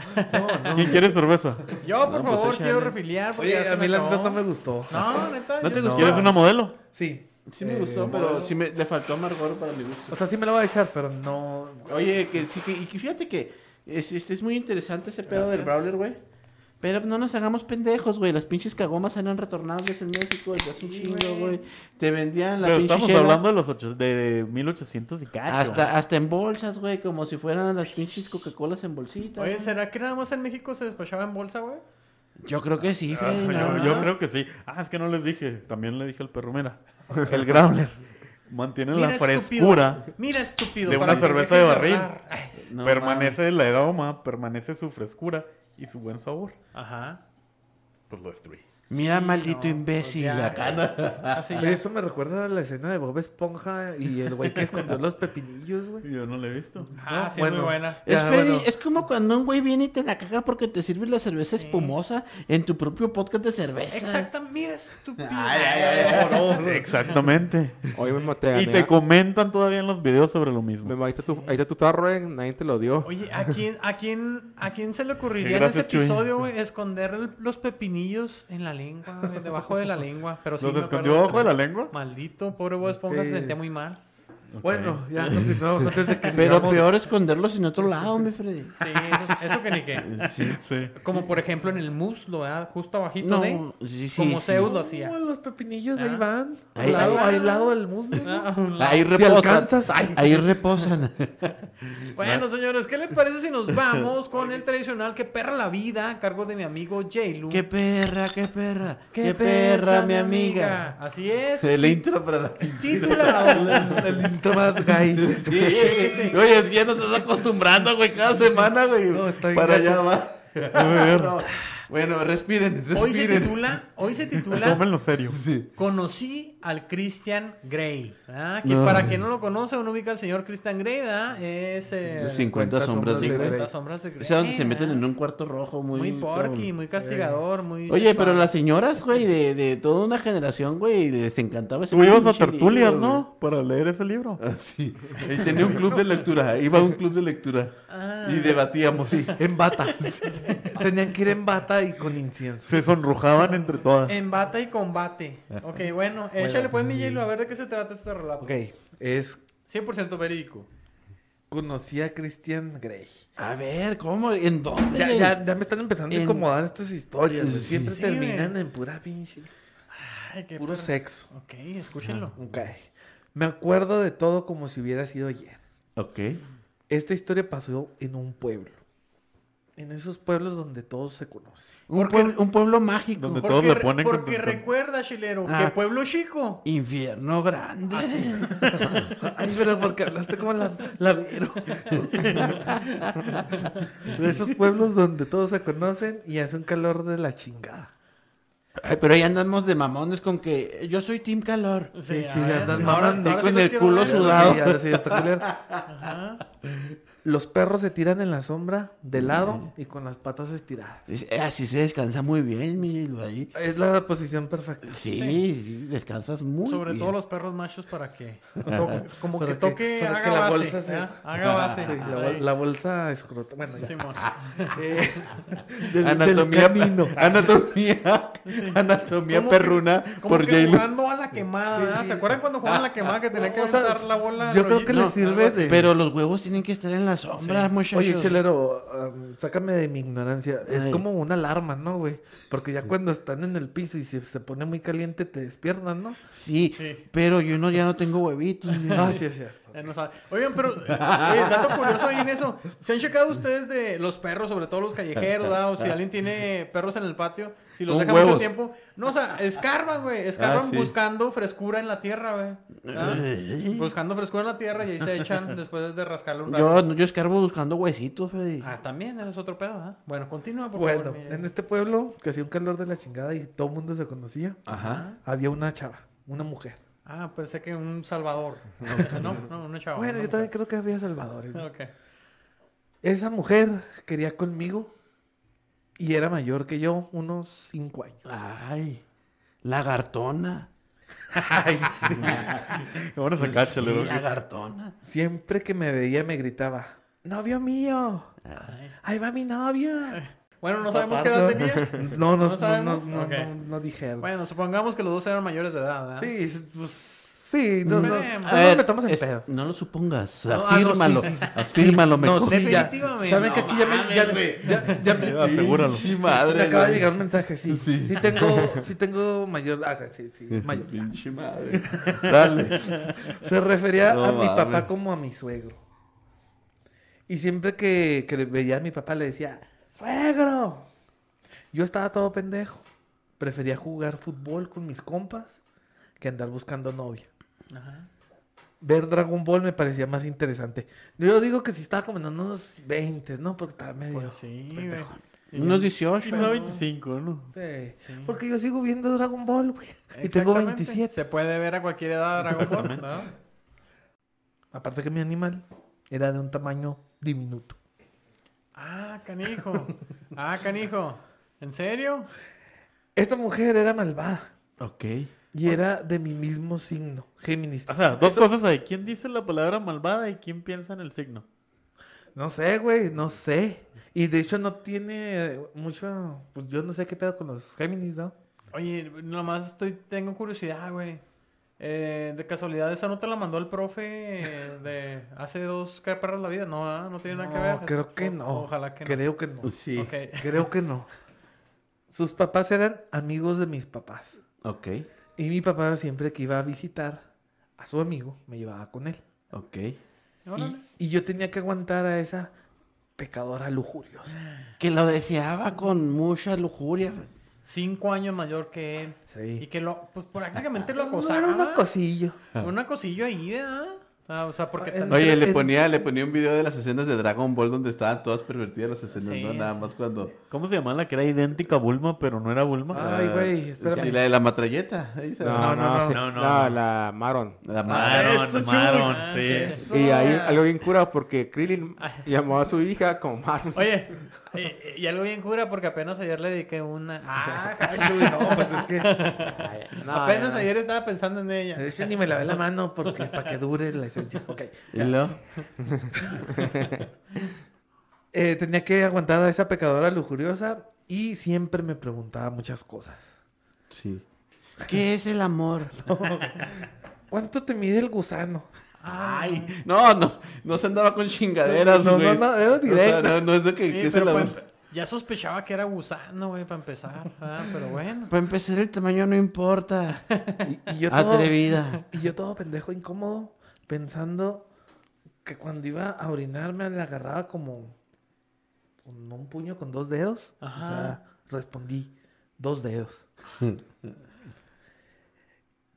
S3: ¿Quién quiere cerveza?
S2: Yo, por
S4: No, pues
S2: favor,
S4: échale.
S2: quiero refiliar. porque
S5: Oye,
S2: ya se
S5: a mí
S2: me
S5: la
S2: acabó.
S5: neta no me gustó.
S2: No, neta.
S4: ¿No te
S2: yo-
S4: gustó?
S3: ¿Quieres una modelo?
S5: Sí.
S4: Sí me
S5: Eh,
S4: gustó, pero sí me, le faltó amargor para mi gusto.
S5: O sea, sí me la voy a echar, pero no.
S4: Oye, que sí que, y que fíjate que es, este es muy interesante ese pedo del Brawler, güey. Pero no nos hagamos pendejos, güey. Las pinches cagomas eran retornables en México desde hace un chingo, güey. Te vendían la
S3: Pero
S4: pinche
S3: estamos
S4: chela
S3: hablando de los ocho- de 1800 y cacho.
S4: hasta, hasta en bolsas, güey. Como si fueran las pinches Coca-Colas en bolsitas.
S2: Oye, ¿será que nada más en México se despachaba en bolsa, güey?
S4: Yo creo que sí,
S3: Ah,
S4: Freddy.
S3: yo,
S4: no,
S3: yo
S4: no.
S3: creo que sí. Ah, es que no les dije. También le dije al perro, mira, el growler mantiene la frescura,
S2: Mira, estúpido.
S3: de
S2: para
S3: una
S2: que
S3: cerveza de
S2: dejes
S3: barril.
S2: hablar. Ay,
S4: No,
S3: permanece el aroma, permanece su frescura y su buen sabor.
S2: Ajá.
S3: Pues lo destruí.
S4: Mira, maldito
S2: no,
S4: imbécil.
S2: pues ya.
S4: la cana.
S2: Así
S5: Oye,
S2: ya.
S5: Eso me recuerda a la escena de Bob Esponja y el güey que escondió los pepinillos, güey.
S3: Yo no lo he visto.
S2: Ah,
S5: No,
S2: sí, es
S5: bueno.
S2: muy buena.
S4: Es,
S5: Ya,
S4: Freddy,
S5: bueno.
S4: es como cuando un güey viene y te la caga porque te sirve la cerveza espumosa en tu propio podcast de cerveza.
S2: Exacto, mira, estúpido.
S3: Exactamente.
S6: Oye, Memo, te
S3: Y
S6: gané,
S3: te
S6: ¿ah?
S3: comentan todavía en los videos sobre lo mismo.
S6: Memo, ahí está, tu, ahí está tu tarro, eh, nadie te lo dio.
S2: Oye, ¿a quién, a, quién, ¿a quién se le ocurriría
S3: Gracias,
S2: en ese
S3: Chuy.
S2: episodio, güey, esconder el- los pepinillos en la lengua, güey, debajo de la lengua? Pero sí
S3: ¿Los
S2: me
S3: escondió
S2: acuerdo
S3: bajo de la lengua?
S2: Maldito, pobre Bob Esponja se
S5: Este-
S2: sentía muy mal.
S5: Bueno, ya continuamos antes de que
S4: Pero
S5: sigamos.
S4: peor esconderlos en otro lado, mi Freddy.
S2: Sí, eso, es- eso que ni qué.
S3: Sí.
S2: Como por ejemplo en el muslo, ¿verdad? Justo abajito
S4: No,
S2: de.
S4: sí, sí,
S2: como
S4: sí.
S2: Zeus lo hacía.
S5: No, los pepinillos ahí
S2: Ah.
S5: van.
S4: Ahí-
S5: Al lado,
S2: ahí-
S5: al lado del muslo.
S2: Ah, a un lado.
S4: Ahí
S5: Si
S4: reposan.
S5: alcanzas, ay.
S4: Ahí reposan. Ah,
S2: Bueno, señores, ¿qué les parece si nos vamos con el tradicional que perra la vida a cargo de mi amigo Jailu?
S4: qué perra, qué perra. Qué perra, mi amiga.
S2: Así es.
S4: Se le intro para la
S2: Titulado.
S5: El intro más gay.
S4: Oye, es que ya nos estás acostumbrando, güey, cada semana, güey.
S5: No, está bien
S4: para
S5: gacho.
S4: allá va. No. Bueno, respiren,
S2: Hoy se
S4: respiren.
S2: titula, hoy se titula
S3: Tómenlo serio.
S2: Conocí al Christian Grey. ¿verdad? Que
S4: No.
S2: para quien no lo conoce, uno ubica al señor Christian Grey, ¿verdad? Es eh,
S4: Los 50 sombras de Grey.
S2: las sombras de Grey.
S4: Es a donde se meten
S2: ¿verdad?
S4: en un cuarto rojo muy...
S2: Muy porky, muy castigador, muy.
S4: Oye,
S2: sexual.
S4: pero las señoras, güey, de, de toda una generación, güey, les encantaba ese
S3: Tú ibas a
S4: pinche
S3: tertulias,
S4: libro, güey.
S3: ¿no? Para leer ese libro.
S4: Ah, sí. Ahí tenía un club de lectura, iba a un club de lectura.
S2: Ah.
S4: Y debatíamos, sí.
S5: En bata. Tenían que ir en bata y con incienso.
S3: Se sonrojaban entre todas.
S2: En bata y combate. Ok, bueno, échale pues mi hielo a ver de qué se trata este relato.
S5: Ok, es...
S2: 100% verídico.
S5: Conocí a Christian Grey.
S4: A ver, ¿cómo? ¿En dónde?
S5: Ya, ya, ya me están empezando
S4: En-
S5: a incomodar estas historias. güey. Siempre
S2: Sí,
S5: terminan
S2: güey.
S5: en pura pinche.
S2: Ay, qué
S5: Puro Ah.
S2: perra.
S5: sexo.
S2: Ok, escúchenlo.
S5: Ok. Me acuerdo de todo como si hubiera sido ayer.
S4: Ok.
S5: Esta historia pasó en un pueblo. En esos pueblos donde todos se conocen.
S4: Un, pueblo, un pueblo mágico.
S3: Donde
S2: Porque,
S3: todos le
S2: re-
S3: ponen con-
S2: porque
S3: con-
S2: recuerda, chilero,
S4: Ah.
S2: que pueblo chico.
S4: Infierno grande.
S5: Ay, pero porque hablaste como la, la Vero. De esos pueblos donde todos se conocen y hace un calor de la chingada.
S4: Ay, pero ahí andamos de mamones con que yo soy Team Calor.
S5: Sí, sí,
S2: ah,
S5: ya andan
S2: ahora-
S5: mamando.
S2: ahora sí
S4: Con
S2: los
S4: el
S2: quiero
S4: culo
S2: ver.
S4: sudado. sudado.
S5: Sí, ahora sí ya está culero. Los perros se tiran en la sombra, de lado y con las patas estiradas.
S4: Dice, "Eh, así se descansa muy bien, mi Lilo, ahí.
S5: Es la posición perfecta.
S4: Sí,
S2: Sí.
S4: sí, descansas muy
S2: Sobre
S4: bien.
S2: todo los perros machos para que toque- como
S5: Para
S2: que
S5: que-
S2: toque,
S5: para
S2: haga,
S5: que la
S2: base,
S5: bolsa se- Ah,
S2: ¿verdad? haga base.
S5: Sí, la,
S2: Ahí.
S5: bol- la bolsa escrota. Bueno, ya.
S2: Simón.
S5: Eh, del-
S4: Anatomía,
S5: del canino.
S4: anatomía, anatomía
S2: ¿Cómo que-
S4: perruna
S2: Como
S4: por
S2: que
S4: J-Lo.
S2: jugando a la quemada, ¿verdad? ¿Se acuerdan cuando jugaban a la quemada que tenía que
S5: O sea,
S2: aventar la bola? al
S5: Yo creo
S2: hoyito?
S5: que le
S4: No,
S5: sirve de.
S4: Pero los huevos tienen que estar en la sombra, muchachos.
S5: Oye, chelero, um, sácame de mi ignorancia. Es
S4: Ay.
S5: como una alarma, ¿no, güey? Porque ya cuando están en el piso y se, se pone muy caliente, te despiertan, ¿no?
S4: Sí,
S2: Sí.
S4: pero yo no, ya no tengo huevitos. mi
S5: Ah, sí, es cierto.
S2: Ya no sabe. Oigan, pero eh, dato curioso ahí en eso. ¿Se han checado ustedes de los perros, sobre todo los callejeros, ¿verdad? o si alguien tiene perros en el patio, si los
S4: Con
S2: deja mucho
S4: huevos.
S2: tiempo? No, o sea, escarban, güey, escarban
S4: Ah, sí.
S2: buscando frescura en la tierra, güey. ¿verdad?
S4: Ay.
S2: Buscando frescura en la tierra y ahí se echan después de rascarle un rato.
S4: Yo, yo escarbo buscando huesitos, Freddy.
S2: Ah, también, ese es otro pedo, ¿ah? Bueno, continúa, por
S5: Bueno,
S2: favor. mi-
S5: en este pueblo que hacía un calor de la chingada y todo el mundo se conocía,
S4: Ajá.
S5: había una chava, una mujer.
S2: Ah, pensé que un salvador. No, no, no, chavo.
S5: Bueno,
S2: no,
S5: yo también creo que había salvadores. ¿no?
S2: Ok.
S5: Esa mujer quería conmigo y era mayor que yo, unos cinco años.
S4: Ay, lagartona.
S5: Ay, sí.
S3: Vámonos acá, chelero.
S4: Sí, lagartona.
S5: Siempre que me veía me gritaba, novio mío, ahí va mi novio.
S2: Bueno, no sabemos qué edad tenía.
S5: No, no,
S2: ¿No
S5: no,
S2: sabemos?
S5: no, no,
S2: Ok.
S5: no, no dijeron.
S2: Bueno, supongamos que los dos eran mayores de edad, ¿verdad?
S5: sí, es- pues, sí, no, no,
S2: Bueno,
S5: no
S2: a
S5: nos
S4: ver,
S5: metamos en
S4: es-
S5: pedos.
S4: No lo supongas.
S5: No, ah, no, sí,
S4: afírmalo.
S5: sí, sí.
S4: Afírmalo
S5: No,
S4: mejor.
S5: sí, ya.
S2: Definitivamente.
S5: Saben que
S4: No
S5: aquí ya me, ya,
S4: mames,
S5: ya- ya me-
S3: Asegúralo.
S4: Sí, madre.
S5: me acaba de
S4: güey.
S5: llegar un mensaje, sí. Sí, tengo, sí tengo mayor, ah, sí, sí, mayor.
S4: Pinche madre. Dale.
S5: Se refería
S4: No
S5: a mi
S4: mames.
S5: papá como a mi suegro. Y siempre que, que le veía a mi papá le decía, ¡Suegro! Yo estaba todo pendejo. Prefería jugar fútbol con mis compas que andar buscando novia. Ver Dragon Ball me parecía más interesante. Yo digo que si estaba como en unos 20, ¿no? Porque estaba medio...
S2: Pues sí, güey.
S5: pendejo.
S4: Unos 18.
S3: Quizá 25, ¿no?
S5: Sí.
S2: Sí.
S5: Porque yo sigo viendo Dragon Ball, güey. Y tengo
S2: Exactamente.
S5: 27.
S2: Se puede ver a cualquier edad Dragon Ball, ¿no?
S5: Aparte que mi animal era de un tamaño diminuto.
S2: Ah, canijo. Ah, canijo. ¿En serio?
S5: Esta mujer era malvada.
S4: Ok.
S5: Y era de mi mismo signo, Géminis.
S3: O sea, dos cosas ahí. ¿Quién dice la palabra malvada y quién piensa en el signo?
S5: No sé, güey, no sé. Y de hecho no tiene eh, mucho... Pues yo no sé qué pedo con los Géminis, ¿no?
S2: Oye, nomás estoy, tengo curiosidad, güey. Eh, de casualidad, esa no te la mandó el profe de hace dos que perras la vida, no, ¿verdad? no tiene nada que ver.
S5: No, creo que no.
S2: Ojalá que no.
S5: creo que
S3: Pues
S5: no.
S4: Sí.
S2: Ok.
S5: Creo que no. Sus papás eran amigos de mis papás.
S4: Ok,
S5: Y mi papá siempre que iba a visitar a su amigo, me llevaba con él.
S4: ok.
S2: Órale.
S5: Y, y yo tenía que aguantar a esa pecadora lujuriosa.
S4: Que lo deseaba con mucha lujuria.
S2: Cinco años mayor que él. Y
S5: Sí. Ah,
S2: que lo, pues prácticamente lo
S5: No,
S2: acosaba.
S5: era una cosilla.
S2: Una cosilla ahí, ¿verdad? Ah, o sea, porque
S5: Ah,
S2: también-
S4: Ah. Oye, le
S5: en-
S4: ponía, le ponía un video de las escenas de Dragon Ball donde estaban todas pervertidas las escenas,
S2: Sí,
S4: ¿no? Nada
S2: sí.
S4: más cuando...
S3: ¿Cómo se llamaba la que era idéntica a Bulma, pero no era Bulma?
S5: Ay, güey, espérame.
S4: ah, Sí, la de la matralleta. ahí se ve.
S6: No, no, no. sí.
S3: no, no,
S6: No,
S3: no.
S6: la Maron.
S5: Ah,
S4: La madre.
S3: Maron, Maron, Ah, sí.
S6: Y ahí algo bien cura porque Krillin llamó a su hija como Maron.
S2: Oye, eh, y, algo bien cura porque apenas ayer le dediqué una. Ah,
S5: Uy, no, pues es que.
S2: apenas ayer estaba pensando en ella.
S4: Eh,
S5: De hecho, ni me lavé la mano porque para que dure la esencia. Ok.
S4: ¿Y luego?
S5: Eh, tenía que aguantar a esa pecadora lujuriosa y siempre me preguntaba muchas cosas.
S4: Sí. ¿Qué es el amor?
S5: ¿Cuánto te mide el gusano?
S4: Ay, no, no, no se andaba con chingaderas,
S5: No, no,
S4: güey.
S5: no, era
S4: O sea,
S5: directo.
S4: no, no es de que,
S2: Sí,
S4: que se
S2: pero
S4: la...
S2: pa- ya sospechaba que era gusano, güey, para empezar. Ah, pero bueno.
S4: Para empezar, el tamaño no importa.
S5: Y, y yo todo,
S4: Atrevida.
S5: y yo todo pendejo incómodo pensando que cuando iba a orinarme la agarraba como con un puño con dos dedos. O sea, respondí dos dedos.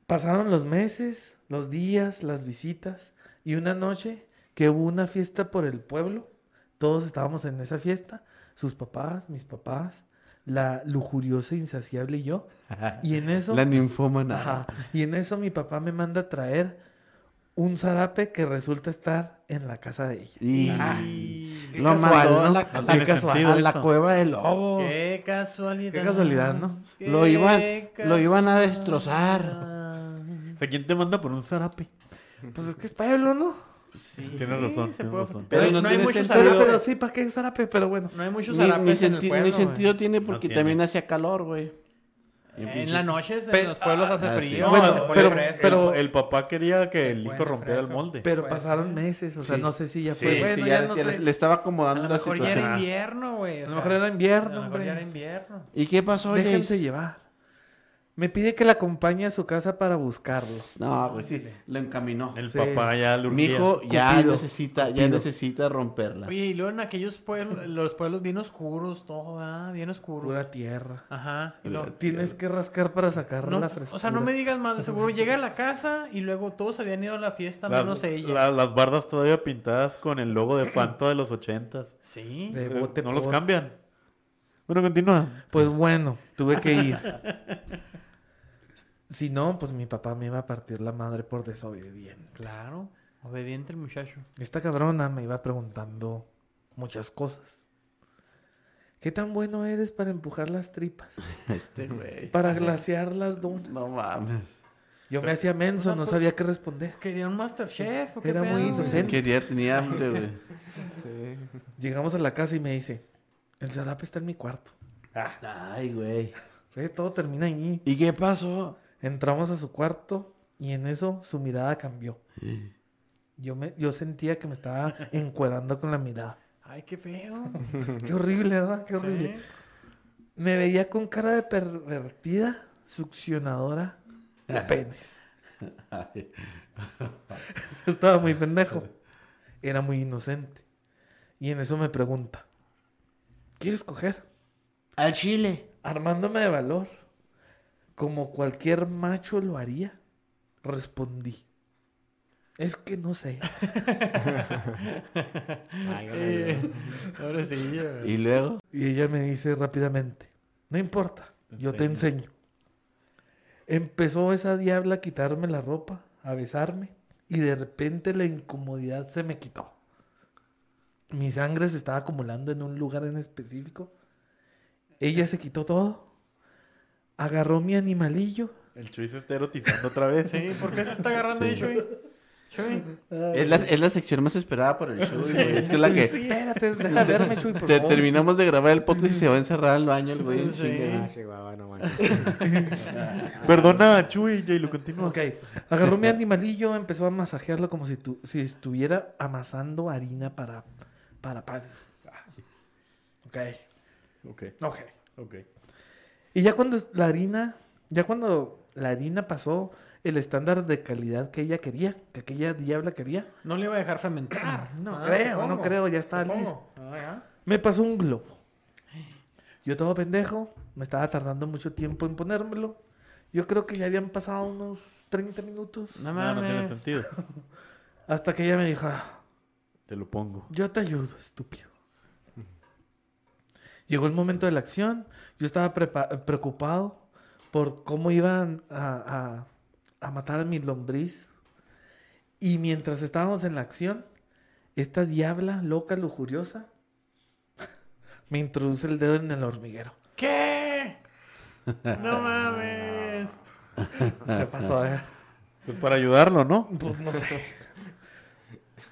S5: Pasaron los meses, los días, las visitas y una noche que hubo una fiesta por el pueblo. Todos estábamos en esa fiesta, sus papás, mis papás, la lujuriosa insaciable y yo. Y en eso
S4: La ninfómana.
S5: Ajá. Y en eso mi papá me manda a traer un zarape que resulta estar en la casa de ella.
S4: Y Ah,
S2: Qué
S4: lo
S5: casual,
S4: mandó a
S5: ¿no?
S4: la,
S5: No
S4: a la-
S5: tiene
S4: a
S5: sentido
S4: la
S3: eso.
S4: cueva del lobo.
S2: Qué casualidad.
S5: Qué casualidad, ¿no?
S2: Qué
S4: Lo iban, lo iban a destrozar.
S2: casualidad.
S3: O sea, ¿quién te manda por un zarape?
S5: Pues es que es pueblo, ¿no?
S3: Tienes razón,
S2: se
S3: tienes
S2: puede-
S3: razón.
S4: Pero
S2: hay-
S4: no
S2: hay
S4: tiene
S2: muchos
S4: sentido.
S5: Pero,
S2: zarapes-
S5: pero sí, ¿para qué zarape? Pero bueno.
S2: No hay muchos
S4: Ni, ni
S2: zarapes en el
S4: senti-
S2: pueblo,
S4: ni
S2: güey.
S4: sentido tiene porque
S3: tiene.
S4: también hacía calor, güey. Y en
S2: En
S4: pinches-
S2: las noches en
S5: Pe-
S2: los pueblos hace
S4: Ah, sí.
S2: frío,
S5: Bueno,
S2: se pone
S5: pero-
S2: fresco.
S5: pero-
S3: el papá quería que el
S2: Bueno,
S3: hijo rompiera el
S2: fresco.
S3: molde.
S5: Pero
S2: Puede
S5: pasaron
S2: ser.
S5: meses, o sea,
S4: Sí.
S5: no sé si ya
S4: Sí,
S5: fue. bueno,
S4: sí,
S5: ya,
S4: ya,
S5: no
S4: ya
S5: sé.
S4: le estaba
S2: a
S4: acomodando
S2: lo
S4: la
S2: mejor ya
S4: situación.
S2: era invierno, güey. o
S5: A lo
S2: sea,
S5: mejor era
S2: a lo
S5: invierno,
S2: mejor ya era
S5: hombre.
S2: invierno.
S4: ¿Y qué pasó,
S5: Déjense
S4: Jace?
S5: llevar. Me pide que la acompañe a su casa para buscarlo.
S4: No, güey, sí, lo encaminó.
S3: El
S5: Sí.
S3: papá ya le
S4: Mi
S3: urgía.
S4: hijo ya
S5: Cupido.
S4: necesita, ya
S5: Cupido.
S4: necesita romperla.
S2: Oye, y luego en aquellos pueblos, los pueblos bien oscuros, todo, ¿verdad? Bien oscuro.
S5: Pura tierra.
S2: Ajá. y luego-
S5: Tienes que rascar para sacar
S2: no,
S5: la frescura.
S2: o sea, no me digas más, de seguro llega a la casa y luego todos habían ido a la fiesta,
S3: Las,
S2: menos ella.
S3: la- las bardas todavía pintadas con el logo de Fanta de los ochentas.
S2: Sí.
S5: De
S3: Eh,
S5: bote
S3: no los
S5: por-
S3: cambian. Bueno, continúa.
S5: Pues bueno, tuve que ir. Si no, pues mi papá me iba a partir la madre por desobediente.
S2: Claro. Obediente el muchacho.
S5: Esta cabrona me iba preguntando muchas cosas. ¿Qué tan bueno eres para empujar las tripas?
S4: Este güey.
S5: Para glaciar las donas.
S4: No mames.
S5: Yo me hacía menso, no sabía qué responder.
S2: Quería un Masterchef o qué
S5: Era
S2: pedo,
S4: Ah,
S5: muy
S2: güey?
S4: pues,
S5: inocente. Ven.
S4: Quería, tenía hambre, güey.
S5: Llegamos a la casa y me dice, el zarape está en mi cuarto.
S4: Ay, güey.
S5: Eh, todo termina allí.
S4: ¿Y qué pasó?
S5: Entramos a su cuarto y en eso su mirada cambió. Yo, me, yo sentía que me estaba encuerando con la mirada.
S2: Ay, qué feo.
S5: Qué horrible, ¿verdad? Qué horrible.
S2: Sí.
S5: Me veía con cara de pervertida, succionadora de penes. Estaba muy pendejo. Era muy inocente. Y en eso me pregunta, ¿quieres coger?
S4: Al chile.
S5: Armándome de valor, como cualquier macho lo haría, respondí. Es que no sé. Eh,
S2: Ahora sí, ya, güey.
S4: Y luego.
S5: Y ella me dice rápidamente, no importa, yo te enseño. Empezó esa diabla a quitarme la ropa, a besarme, y de repente la incomodidad se me quitó. Mi sangre se estaba acumulando en un lugar en específico. Ella se quitó todo, agarró mi animalillo
S3: El Chuy se está erotizando otra vez.
S2: Sí, ¿por qué se está agarrando ahí, Chuy?
S4: Es la, es la sección más esperada por el show, güey. Es que es la que
S5: Espérate, deja de verme, Chuy, por
S4: te-
S5: favor.
S4: terminamos de grabar el podcast y se va a encerrar al baño el güey. en chinga.
S6: Ah, Chihuahua, no manches.
S3: Perdona, Chuy, y lo continúa.
S5: Ok, agarró mi animalillo, empezó a masajearlo como si, tu- si estuviera amasando harina para, para pan. Ok,
S3: Ok,
S5: ok.
S3: ok.
S5: Y ya cuando es- la harina, ya cuando la harina pasó el estándar de calidad que ella quería, que aquella diabla quería,
S2: No le iba a dejar fermentar.
S5: no
S2: Ah,
S5: creo, no
S2: supongo.
S5: creo, ya está
S2: Supongo.
S5: listo.
S2: Ah, ya.
S5: Me pasó un globo. Yo todo pendejo, me estaba tardando mucho tiempo en ponérmelo. Yo creo que ya habían pasado unos 30 minutos.
S1: No
S3: No, no tiene
S1: mames.
S3: sentido.
S5: Hasta que ella me dijo, "Ah,
S3: Te lo pongo.
S5: yo te ayudo, estúpido. Llegó el momento de la acción. Yo estaba prepa- preocupado por cómo iban a, a- a matar a mi lombriz. Y mientras estábamos en la acción, esta diabla loca, lujuriosa, me introduce el dedo en el hormiguero.
S2: ¿Qué? No mames.
S5: ¿Qué pasó? eh?
S3: Pues para ayudarlo, ¿no?
S5: Pues no sé.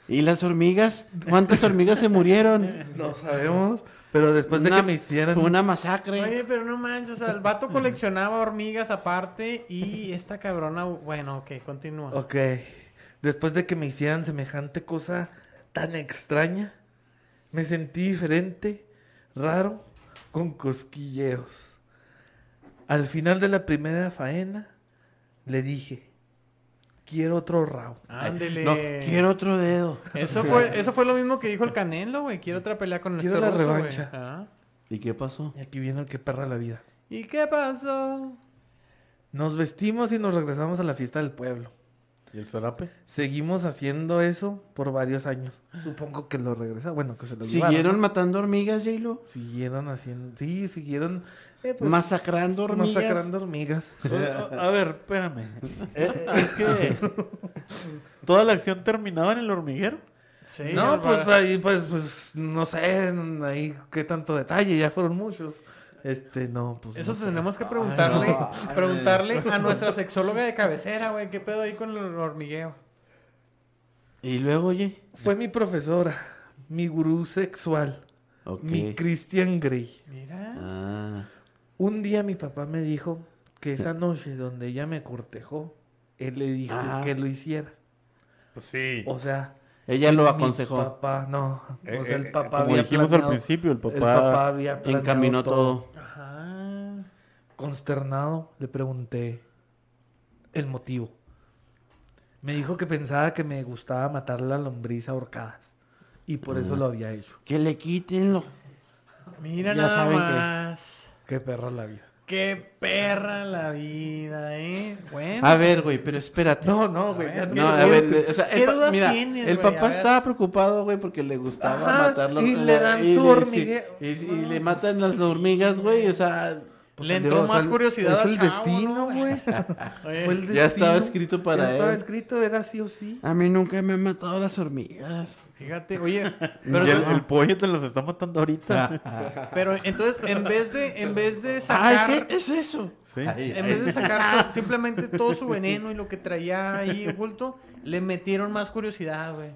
S4: ¿Y las hormigas? ¿Cuántas hormigas se murieron?
S5: No sabemos. Pero después de
S4: Una-
S5: que me hicieran...
S4: Fue una masacre.
S2: Oye, pero no manches, o sea, el vato coleccionaba hormigas aparte y esta cabrona, bueno, ok, continúa.
S5: Ok. Después de que me hicieran semejante cosa tan extraña, me sentí diferente, raro, con cosquilleos. Al final de la primera faena, le dije, quiero otro round.
S2: Ándele.
S4: No, quiero otro dedo.
S2: Eso fue, eso fue lo mismo que dijo el Canelo, güey. Quiero otra pelea con
S5: Quiero
S2: este
S5: la
S2: ruso, güey.
S5: revancha.
S2: Ah.
S4: ¿Y qué pasó?
S5: Y aquí viene el que perra la vida.
S2: ¿Y qué pasó?
S5: Nos vestimos y nos regresamos a la fiesta del pueblo.
S3: ¿Y el zarape?
S5: Seguimos haciendo eso por varios años. Supongo que lo regresa. Bueno, que se lo llevaron,
S4: ¿Siguieron
S5: ¿no?
S4: matando hormigas, J-Lo?
S5: Siguieron haciendo. Sí, siguieron. eh, pues,
S4: ¿Masacrando hormigas?
S5: Masacrando hormigas.
S3: A ver, espérame. es que. ¿Toda la acción terminaba en el hormiguero?
S2: Sí,
S5: no,
S2: el
S5: pues
S2: va-
S5: ahí, pues, pues, no sé, ahí qué tanto detalle, ya fueron muchos. Este, no, pues.
S2: Eso
S5: no sé.
S2: tenemos que preguntarle,
S4: no.
S2: preguntarle a nuestra sexóloga de cabecera, güey. ¿Qué pedo ahí con el hormigueo?
S4: ¿Y luego, oye?
S5: Fue mi profesora, mi gurú sexual,
S4: Ok.
S5: mi Christian Grey.
S2: Mira.
S4: Ah.
S5: Un día mi papá me dijo que esa noche donde ella me cortejó, él le dijo
S4: Ajá.
S5: que lo hiciera.
S3: Pues sí.
S5: O sea,
S4: Ella lo
S5: mi
S4: aconsejó.
S5: papá, no.
S3: Eh,
S5: O sea,
S3: eh,
S5: el papá
S3: Como
S5: había
S3: dijimos al
S5: planeado-
S3: principio, el
S5: El papá
S3: papá.
S5: había planeado
S4: Encaminó todo.
S2: Ajá.
S5: Consternado, le pregunté el motivo. Me dijo que pensaba que me gustaba matar la lombriz a horcadas. Y por
S4: Mm.
S5: eso lo había hecho.
S4: Que le quiten lo...
S2: Mira
S4: Ya
S2: nada
S4: saben que-
S2: más.
S5: Qué perra la vida.
S2: Qué perra la vida, ¿eh? Bueno.
S4: A
S5: Ah,
S4: ver, güey, pero espérate.
S5: No, no, güey. ya
S4: No, a
S5: quiero-
S4: ver, o sea,
S2: ¿Qué
S4: el, pa-
S2: dudas
S4: mira,
S2: tienes,
S4: el
S2: güey?
S4: papá
S2: A ver.
S4: estaba preocupado, güey, porque le gustaba
S5: Ajá,
S4: matarlo.
S5: y le dan su hormigue-
S4: Y, y- y le matan las hormigas, güey, o sea,
S5: pues,
S2: Le
S5: el
S2: entró
S5: Dios,
S2: más
S5: al-
S2: curiosidad
S5: Es
S2: al
S5: el
S2: chavo, ¿no,
S5: destino,
S2: güey?
S5: güey.
S2: Oye,
S5: Fue el
S4: Ya estaba
S5: destino.
S4: escrito para
S5: Ya estaba
S4: él.
S5: escrito, era sí o sí.
S4: a mí nunca me han matado las hormigas.
S2: Fíjate, oye,
S3: Y
S2: pero,
S3: el,
S2: entonces-
S3: el pollo te los está matando ahorita.
S2: pero entonces en vez de, en vez de
S4: Ah,
S2: sacar,
S4: ese- es eso.
S3: Sí.
S4: Ay,
S2: en
S4: ay.
S2: vez de sacar su- simplemente todo su veneno y lo que traía ahí oculto, le metieron más curiosidad, güey.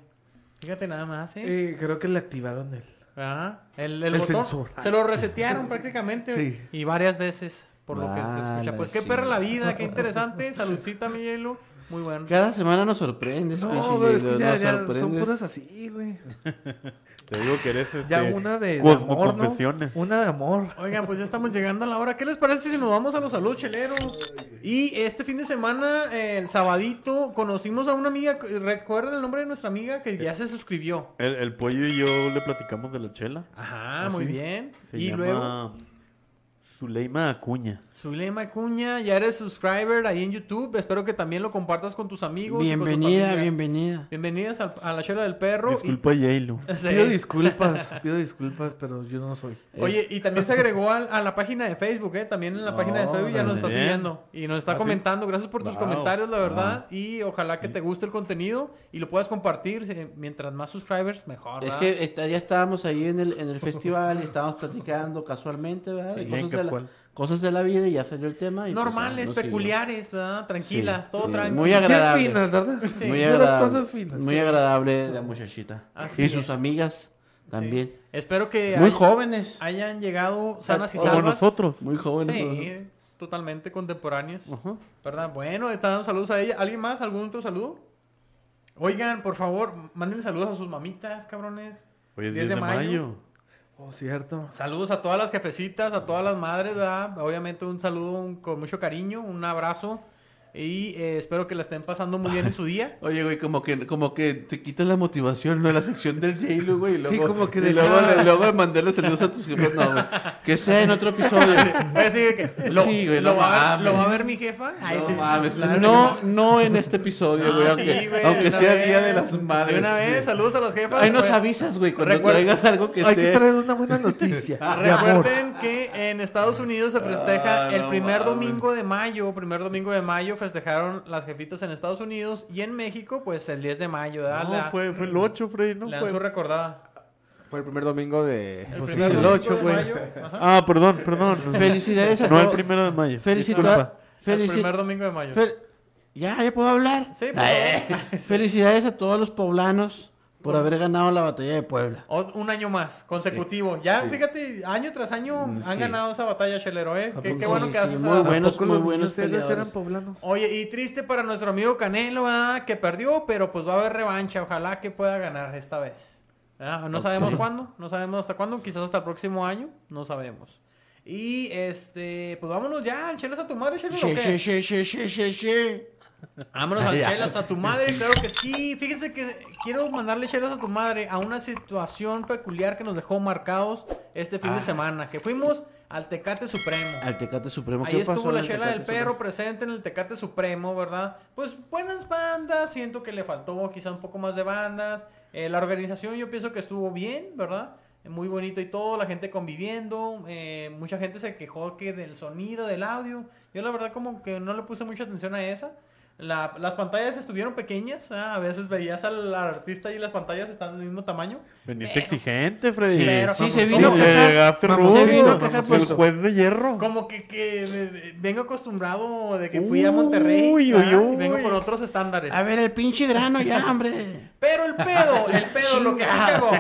S2: Fíjate nada más, ¿eh?
S5: Eh, creo que le activaron él.
S2: Ajá. El, el
S5: El
S2: botón
S5: sensor.
S2: se lo resetearon prácticamente
S5: Sí.
S2: y varias veces por lo que se
S4: Ah,
S2: escucha.
S4: la
S2: Pues qué
S4: chingada.
S2: perra la vida, qué interesante. Saludcita, mi hielo. Muy bueno.
S4: Cada semana nos sorprendes, pinche
S5: No, güey, es
S4: Lilo,
S5: que ya,
S4: nos
S5: ya son
S4: sorprendes.
S5: puras así, güey.
S3: Te digo que eres este,
S5: Ya una de, de amor, ¿no?
S3: cosmoconfesiones.
S5: Una de amor.
S2: Oigan, pues ya estamos llegando a la hora. ¿Qué les parece si nos vamos a los saludos cheleros? Y este fin de semana, eh, el sabadito, conocimos a una amiga. ¿Recuerdan el nombre de nuestra amiga? Que ya se suscribió.
S3: El, el pollo y yo le platicamos de la chela.
S2: Ajá,
S5: ¿Ah,
S2: muy
S5: sí?
S2: bien.
S3: Se
S2: y
S3: llama
S2: luego,
S3: Zuleima Acuña.
S2: Zulema Cuña, ya eres subscriber ahí en YouTube. Espero que también lo compartas con tus amigos. y con tu
S4: Bienvenida,
S2: familia.
S4: bienvenida.
S2: Bienvenidas al- a la chela del perro. y-
S3: Disculpa, Yailu.
S2: Sí.
S5: Pido disculpas, pido disculpas, pero yo no soy.
S2: Oye, y también se agregó al- a la página de Facebook, ¿eh? También en la página de Facebook ya nos está
S3: bien.
S2: siguiendo. Y nos está
S3: Oh, ¿Ah, sí?
S2: comentando. Gracias por tus
S3: Wow,
S2: comentarios, la verdad. Y ojalá que te guste el contenido y lo puedas compartir. Eh, Mientras más subscribers, mejor.
S4: Es
S2: ¿verdad?
S4: que está- ya estábamos ahí en el, en el festival y estábamos platicando casualmente, ¿verdad?
S3: Sí,
S4: De
S3: bien
S4: cosas, de la-
S3: casual.
S4: cosas de la, cosas de la vida y ya salió el tema. y pues,
S2: Normales,
S4: ya, no siguió.
S2: peculiares, ¿verdad? Tranquilas,
S4: Sí,
S2: todo
S4: sí,
S2: tranquilo.
S4: Muy
S5: Bien
S4: agradable.
S5: finas, ¿verdad?
S4: muy
S5: Puras
S4: agradable.
S5: cosas finas.
S4: muy agradable la muchachita.
S2: Así
S4: y
S2: es.
S4: sus amigas también.
S2: Espero que
S4: Muy
S2: hay-
S4: jóvenes.
S2: hayan llegado sanas y
S3: Como
S2: salvas.
S3: nosotros.
S4: Muy jóvenes. todos.
S2: Sí, totalmente contemporáneos. ¿Verdad? Bueno, están dando saludos a ella. ¿Alguien más? ¿Algún otro saludo? Oigan, por favor, manden saludos a sus mamitas, cabrones.
S3: Hoy es
S2: 10
S3: 10
S2: de
S3: de
S2: mayo.
S3: mayo.
S5: Oh, cierto.
S2: Saludos a todas las jefecitas, a todas las madres, ¿verdad? Obviamente un saludo un- con mucho cariño, un abrazo. Y eh, espero que la estén pasando muy bien en su día.
S4: Oye, güey, como que, como que te quitas la motivación, ¿no? La sección del j güey. y luego-
S5: Sí, como que
S4: y
S5: de
S4: luego,
S5: nada.
S4: luego de mandarle saludos a tus jefes, no, güey. Que sea en otro episodio.
S2: Así que lo,
S4: Sí, güey,
S2: lo
S4: no
S2: va, a ver-
S4: mames.
S2: lo va a ver mi jefa. Ay,
S4: No
S2: sí.
S4: mames,
S2: Claro que
S4: no, no en este episodio,
S2: No,
S4: güey.
S2: sí,
S4: aunque
S2: güey,
S4: aunque
S2: de
S4: sea
S2: una
S4: Día
S2: vez.
S4: de las Madres.
S2: De una vez,
S4: güey.
S2: saludos a las jefas.
S4: Ahí nos
S2: Pues,
S4: avisas, güey, cuando
S2: Recuerda-
S4: traigas algo que
S5: Hay que
S4: esté...
S5: traer una buena noticia. de amor.
S2: Ah, Recuerden que en Estados Unidos se festeja
S4: Ah,
S2: el
S4: no
S2: primer
S4: mames.
S2: domingo de mayo, primer domingo de mayo festejaron las jefitas en Estados Unidos y en México pues el 10 de mayo, ¿verdad?
S3: No,
S2: Le da-
S3: fue, fue el 8, Freddy, no
S2: le dan
S3: fue.
S2: su recordada.
S6: Fue el primer domingo de...
S2: El
S5: Pues sí,
S2: primer
S5: el
S2: domingo
S5: 8,
S2: de
S5: güey.
S2: mayo, ajá.
S3: Ah, perdón, perdón.
S4: Felicidades a
S3: No el
S4: todos.
S3: primero de mayo.
S4: Felicita...
S3: Disculpa.
S2: El
S4: Felici...
S2: primer domingo de mayo.
S4: fel- Ya, ya puedo hablar.
S2: Sí, por
S4: Ah, eh.
S2: favor.
S4: Felicidades a todos los poblanos por haber ganado la batalla de Puebla.
S2: O- Un año más, consecutivo. Ya, fíjate, año tras año han
S4: sí.
S2: ganado esa batalla, Chelero, ¿eh? Qué, qué
S4: Sí,
S2: bueno que
S4: sí,
S2: haces
S4: muy
S2: esa-
S4: bueno. Buenos,
S5: Tampoco
S4: muy
S5: Ah, los
S4: buenos
S5: niños héroes
S4: peleadores.
S5: eran poblanos.
S2: Oye, y triste para nuestro amigo Canelo, ¿verdad? que perdió, pero pues va a haber revancha. Ojalá que pueda ganar esta vez. ¿verdad? No sabemos cuándo, no sabemos hasta cuándo, quizás hasta el próximo año, no sabemos. Y este, pues vámonos ya, al chelas a tu madre, chelas.
S4: She, she, she, she, she, she, she.
S2: Vámonos al chelas a tu madre, claro que sí. Fíjense que quiero mandarle chelas a tu madre a una situación peculiar que nos dejó marcados este fin de semana, que fuimos al Tecate Supremo.
S4: Al Tecate Supremo.
S2: Ahí
S4: ¿qué
S2: estuvo
S4: pasó
S2: la
S4: en el
S2: chela del
S4: Tecate
S2: perro presente en el Tecate Supremo, ¿verdad? Pues buenas bandas, siento que le faltó quizá un poco más de bandas. Eh, la organización yo pienso que estuvo bien, ¿verdad? Eh, Muy bonito y todo, la gente conviviendo, eh, mucha gente se quejó que del sonido, del audio. Yo la verdad como que no le puse mucha atención a esa. La- las pantallas estuvieron pequeñas, ah, a veces veías al, al artista y las pantallas están del mismo tamaño.
S3: Veniste
S2: Pero-
S3: exigente, Freddy.
S2: Sí, pero-
S4: Sí, Eh, se
S3: Sí,
S4: vino a
S3: ya
S4: quejar.
S3: llegaste
S4: Vamos,
S3: rudo.
S4: se vino a quejar por
S3: el
S4: eso.
S3: juez de hierro.
S2: Como que, que eh, vengo acostumbrado de que fui a Monterrey
S3: Uy, uy,
S2: ¿verdad? y
S3: uy.
S2: vengo con otros estándares.
S4: A ver, el pinche grano ya, hombre.
S2: Pero el pedo, el pedo, lo que sí cagó.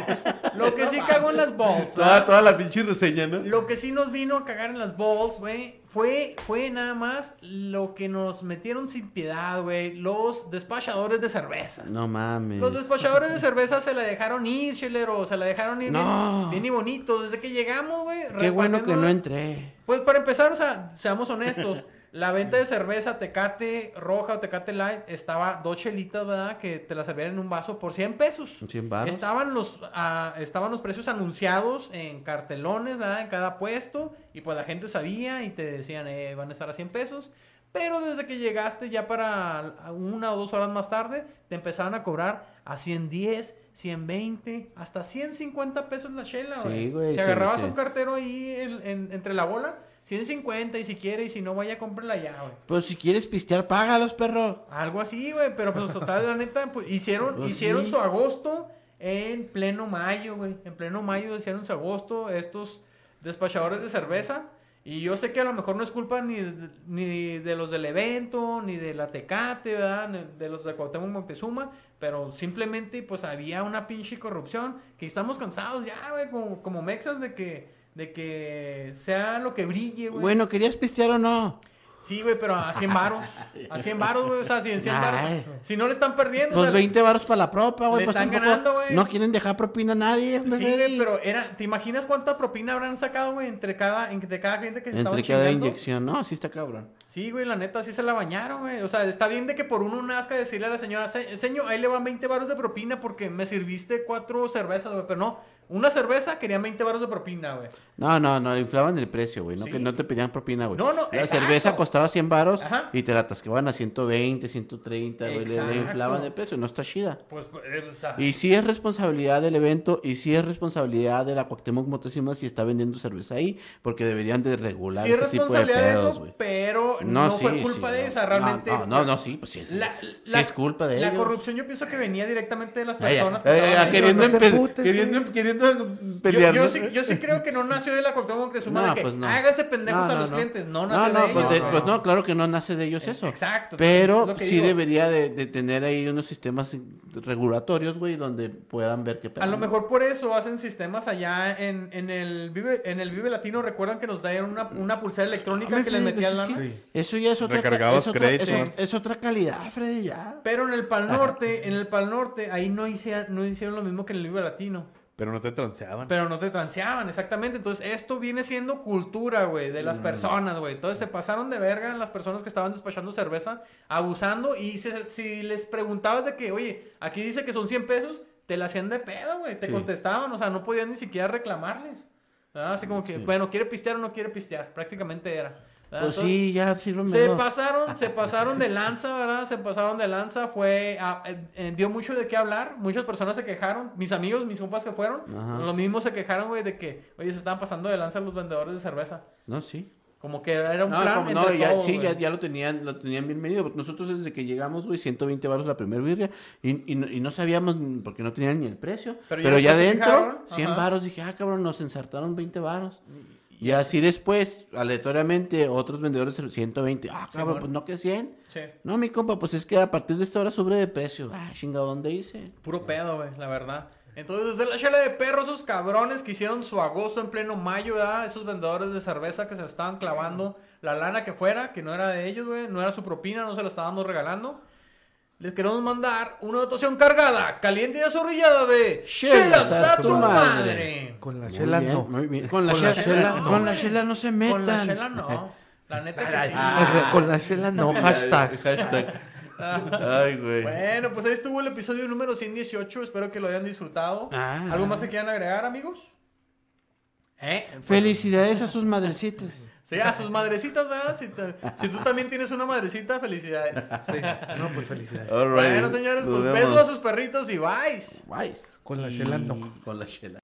S2: Lo que sí cagó en las balls. ¿verdad?
S4: la pinche reseña, ¿no?
S2: Lo que sí nos vino a cagar en las balls, güey, fue, fue nada más lo que nos metieron sin piedad, güey. Los despachadores de cerveza.
S4: No mames.
S2: Los despachadores de cerveza se la dejaron ir, chelero. Se la dejaron ir
S4: No.
S2: bien, bien y bonito. Desde que llegamos, güey.
S4: Qué bueno que no
S2: repartiéndola-
S4: entré.
S2: pues para empezar, o sea, seamos honestos, la venta de cerveza Tecate Roja o Tecate Light estaba dos chelitas, ¿verdad? Que te la servían en un vaso por 100 pesos.
S4: 100 baros.
S2: Estaban los, ah, estaban los precios anunciados en cartelones, ¿verdad? En cada puesto. Y pues la gente sabía y te decían, eh, van a estar a 100 pesos. Pero desde que llegaste ya para una o dos horas más tarde, te empezaban a cobrar a 110, 120, hasta 150 pesos la chela,
S4: Sí,
S2: güey.
S4: güey,
S2: si
S4: sí,
S2: agarrabas
S4: sí.
S2: un cartero ahí en- en- entre la bola, 150 y si quiere, y si no, vaya, cómprala ya, güey.
S4: Pues si quieres pistear, págalos, perro.
S2: Algo así, güey, pero pues total, la neta, pues hicieron,
S4: Pues,
S2: hicieron
S4: sí.
S2: su agosto en pleno mayo, güey. En pleno mayo hicieron su agosto estos despachadores de cerveza. Y yo sé que a lo mejor no es culpa ni, ni de los del evento, ni de la Tecate, ¿verdad? Ni de los de Cuauhtémoc Montezuma, pero simplemente pues había una pinche corrupción que estamos cansados ya, güey, como, como mexas de que, de que sea lo que brille, güey.
S4: Bueno, ¿querías pistear o no?
S2: Sí, güey, pero a 100 varos. A 100 varos, güey. O sea, si en 100 varos.
S4: Ay.
S2: Si no le están perdiendo. o sea,
S4: Pues 20 baros para la propa,
S2: le
S4: güey. pues
S2: están
S4: tampoco
S2: ganando, güey.
S4: No quieren dejar propina a nadie, hombre.
S2: Sí, güey, pero era. ¿Te imaginas cuánta propina habrán sacado, güey, entre cada, entre cada gente que se estaba
S4: Entre cada
S2: chingando?
S4: inyección, no, sí está cabrón.
S2: Sí, güey, la neta, sí se la bañaron, güey. O sea, está bien de que por uno nazca decirle a la señora, "Se- señor, ahí le van 20 varos de propina porque me sirviste cuatro cervezas, güey. Pero no, una cerveza querían 20 varos de propina, güey.
S4: No, no, no, inflaban el precio, güey. No,
S2: Sí.
S4: que no te pedían propina, güey.
S2: No, no,
S4: La
S2: exacto.
S4: cerveza costaba 100 baros
S2: Ajá.
S4: y te la atascaban a 120, 130, güey. Le,
S2: Exacto.
S4: le inflaban el precio, no está chida.
S2: Pues, eh, o sea,
S4: Y sí es responsabilidad del evento y sí es responsabilidad de la Cuauhtémoc Moctezuma si está vendiendo cerveza ahí, porque deberían de regular
S2: sí es
S4: ese tipo de
S2: responsabilidad de
S4: pedos,
S2: eso,
S4: güey.
S2: pero no,
S4: sí,
S2: fue culpa
S4: sí,
S2: de
S4: no.
S2: ellos, o sea, realmente.
S4: No, no, no, no, sí, pues sí es,
S2: La-
S4: sí
S2: la-
S4: es culpa de
S2: La
S4: ellos.
S2: corrupción yo pienso que venía directamente de las
S4: Ay, ay,
S2: personas
S4: ay, ay,
S2: estaban ahí,
S4: queriendo,
S5: no te
S4: empe-
S5: emputes,
S4: queriendo,
S5: güey.
S4: queriendo queriendo
S2: Yo,
S4: pelear.
S2: yo
S4: ¿no?
S2: sí, yo sí creo que no nació de la Cuauhtémoc Moctezuma
S4: No,
S2: de que
S4: pues no.
S2: hágase pendejos
S4: No,
S2: a
S4: no,
S2: los
S4: no.
S2: clientes. No
S4: No,
S2: nace
S4: no,
S2: de
S4: pues,
S2: ellos.
S4: de-
S2: no.
S4: pues no, claro que no nace de ellos eso.
S2: Exacto. es
S4: Pero
S2: lo que
S4: sí
S2: digo.
S4: debería de, de tener ahí unos sistemas regulatorios, güey, donde puedan ver qué pedo.
S2: A lo mejor por eso hacen sistemas allá en, en el Vive en el Vive Latino. Recuerdan que nos daban una, una pulsera electrónica
S4: Hombre,
S2: que les
S4: Freddy,
S2: metían
S4: pues,
S2: la
S4: es que Eso ya es otra, ca-
S3: Recargabas
S4: es, otra,
S3: créditos.
S4: es- es otra calidad, Freddy, ya.
S2: Pero en el Pal Norte, en el Pal Norte, ahí no hicieron, no hicieron lo mismo que en el Vive Latino.
S3: Pero no te transeaban.
S2: Pero no te transeaban, exactamente. Entonces, esto viene siendo cultura, güey, de las
S4: Mm.
S2: personas, güey. Entonces, se pasaron de verga las personas que estaban despachando cerveza, abusando. Y se- si les preguntabas de que, oye, aquí dice que son 100 pesos, te la hacían de pedo, güey. Te
S4: Sí.
S2: contestaban, o sea, no podían ni siquiera reclamarles. ¿verdad? Así como que, bueno, quiere pistear o no quiere pistear. Prácticamente era. ¿verdad?
S4: Pues
S2: Entonces,
S4: sí, ya sirve
S2: se
S4: menos.
S2: pasaron, se pasaron de lanza, ¿verdad? Se pasaron de lanza, fue, ah, eh, eh, dio mucho de qué hablar, muchas personas se quejaron, mis amigos, mis compas que fueron,
S4: Ajá.
S2: lo mismo se quejaron, güey, de que, oye, se estaban pasando de lanza los vendedores de cerveza,
S4: No, sí.
S2: como que era un
S4: No,
S2: plan
S4: como-
S2: entre
S4: no, ya,
S2: todos,
S4: sí,
S2: güey.
S4: ya, ya lo tenían, lo tenían bien medido. Pues Nosotros desde que llegamos, güey, 120 baros la primera birria y, y, no- y no sabíamos ni- porque no tenían ni el precio.
S2: Pero
S4: Pero,
S2: ya
S4: ya
S2: después se
S4: dentro,
S2: fijaron,
S4: 100
S2: ajá.
S4: baros, dije, ah, cabrón, nos ensartaron 20 baros. Y así después, aleatoriamente, otros vendedores 120, ah, cabrón,
S2: bueno.
S4: pues no que 100.
S2: Sí.
S4: No, mi compa, pues es que a partir de esta hora sube de precio. Ah, chinga, ¿dónde hice?
S2: Puro pedo, güey, la verdad. Entonces, es la chela de perro, esos cabrones que hicieron su agosto en pleno mayo, ¿verdad? Esos vendedores de cerveza que se estaban clavando la lana que fuera, que no era de ellos, güey. No era su propina, no se la estábamos regalando. Les queremos mandar una dotación cargada, caliente y azorrillada de
S4: Chelas
S2: chelas a tu madre.
S5: Con la
S4: Muy
S5: chela
S4: bien,
S5: no.
S4: muy bien. Con la
S5: Con la chela
S4: chela
S2: no,
S4: con la
S2: güey.
S4: chela no se
S2: Con la chela
S4: metan. Ah,
S2: no. La neta que sí.
S5: Con la chela no, hashtag.
S4: Hashtag. Ay, güey.
S2: Bueno, pues ahí estuvo el episodio número 118. Espero que lo hayan disfrutado.
S4: Ah.
S2: ¿Algo más que quieran agregar, amigos? ¿Eh?
S4: Felicidades a sus madrecitas.
S2: Sí, a sus madrecitas, ¿verdad? Si, te- si tú también tienes una madrecita, felicidades.
S5: No, pues felicidades.
S4: All
S2: Bueno, señores, pues besos a sus perritos y bye.
S4: Guays.
S5: Con la chela no.
S4: Con la chela.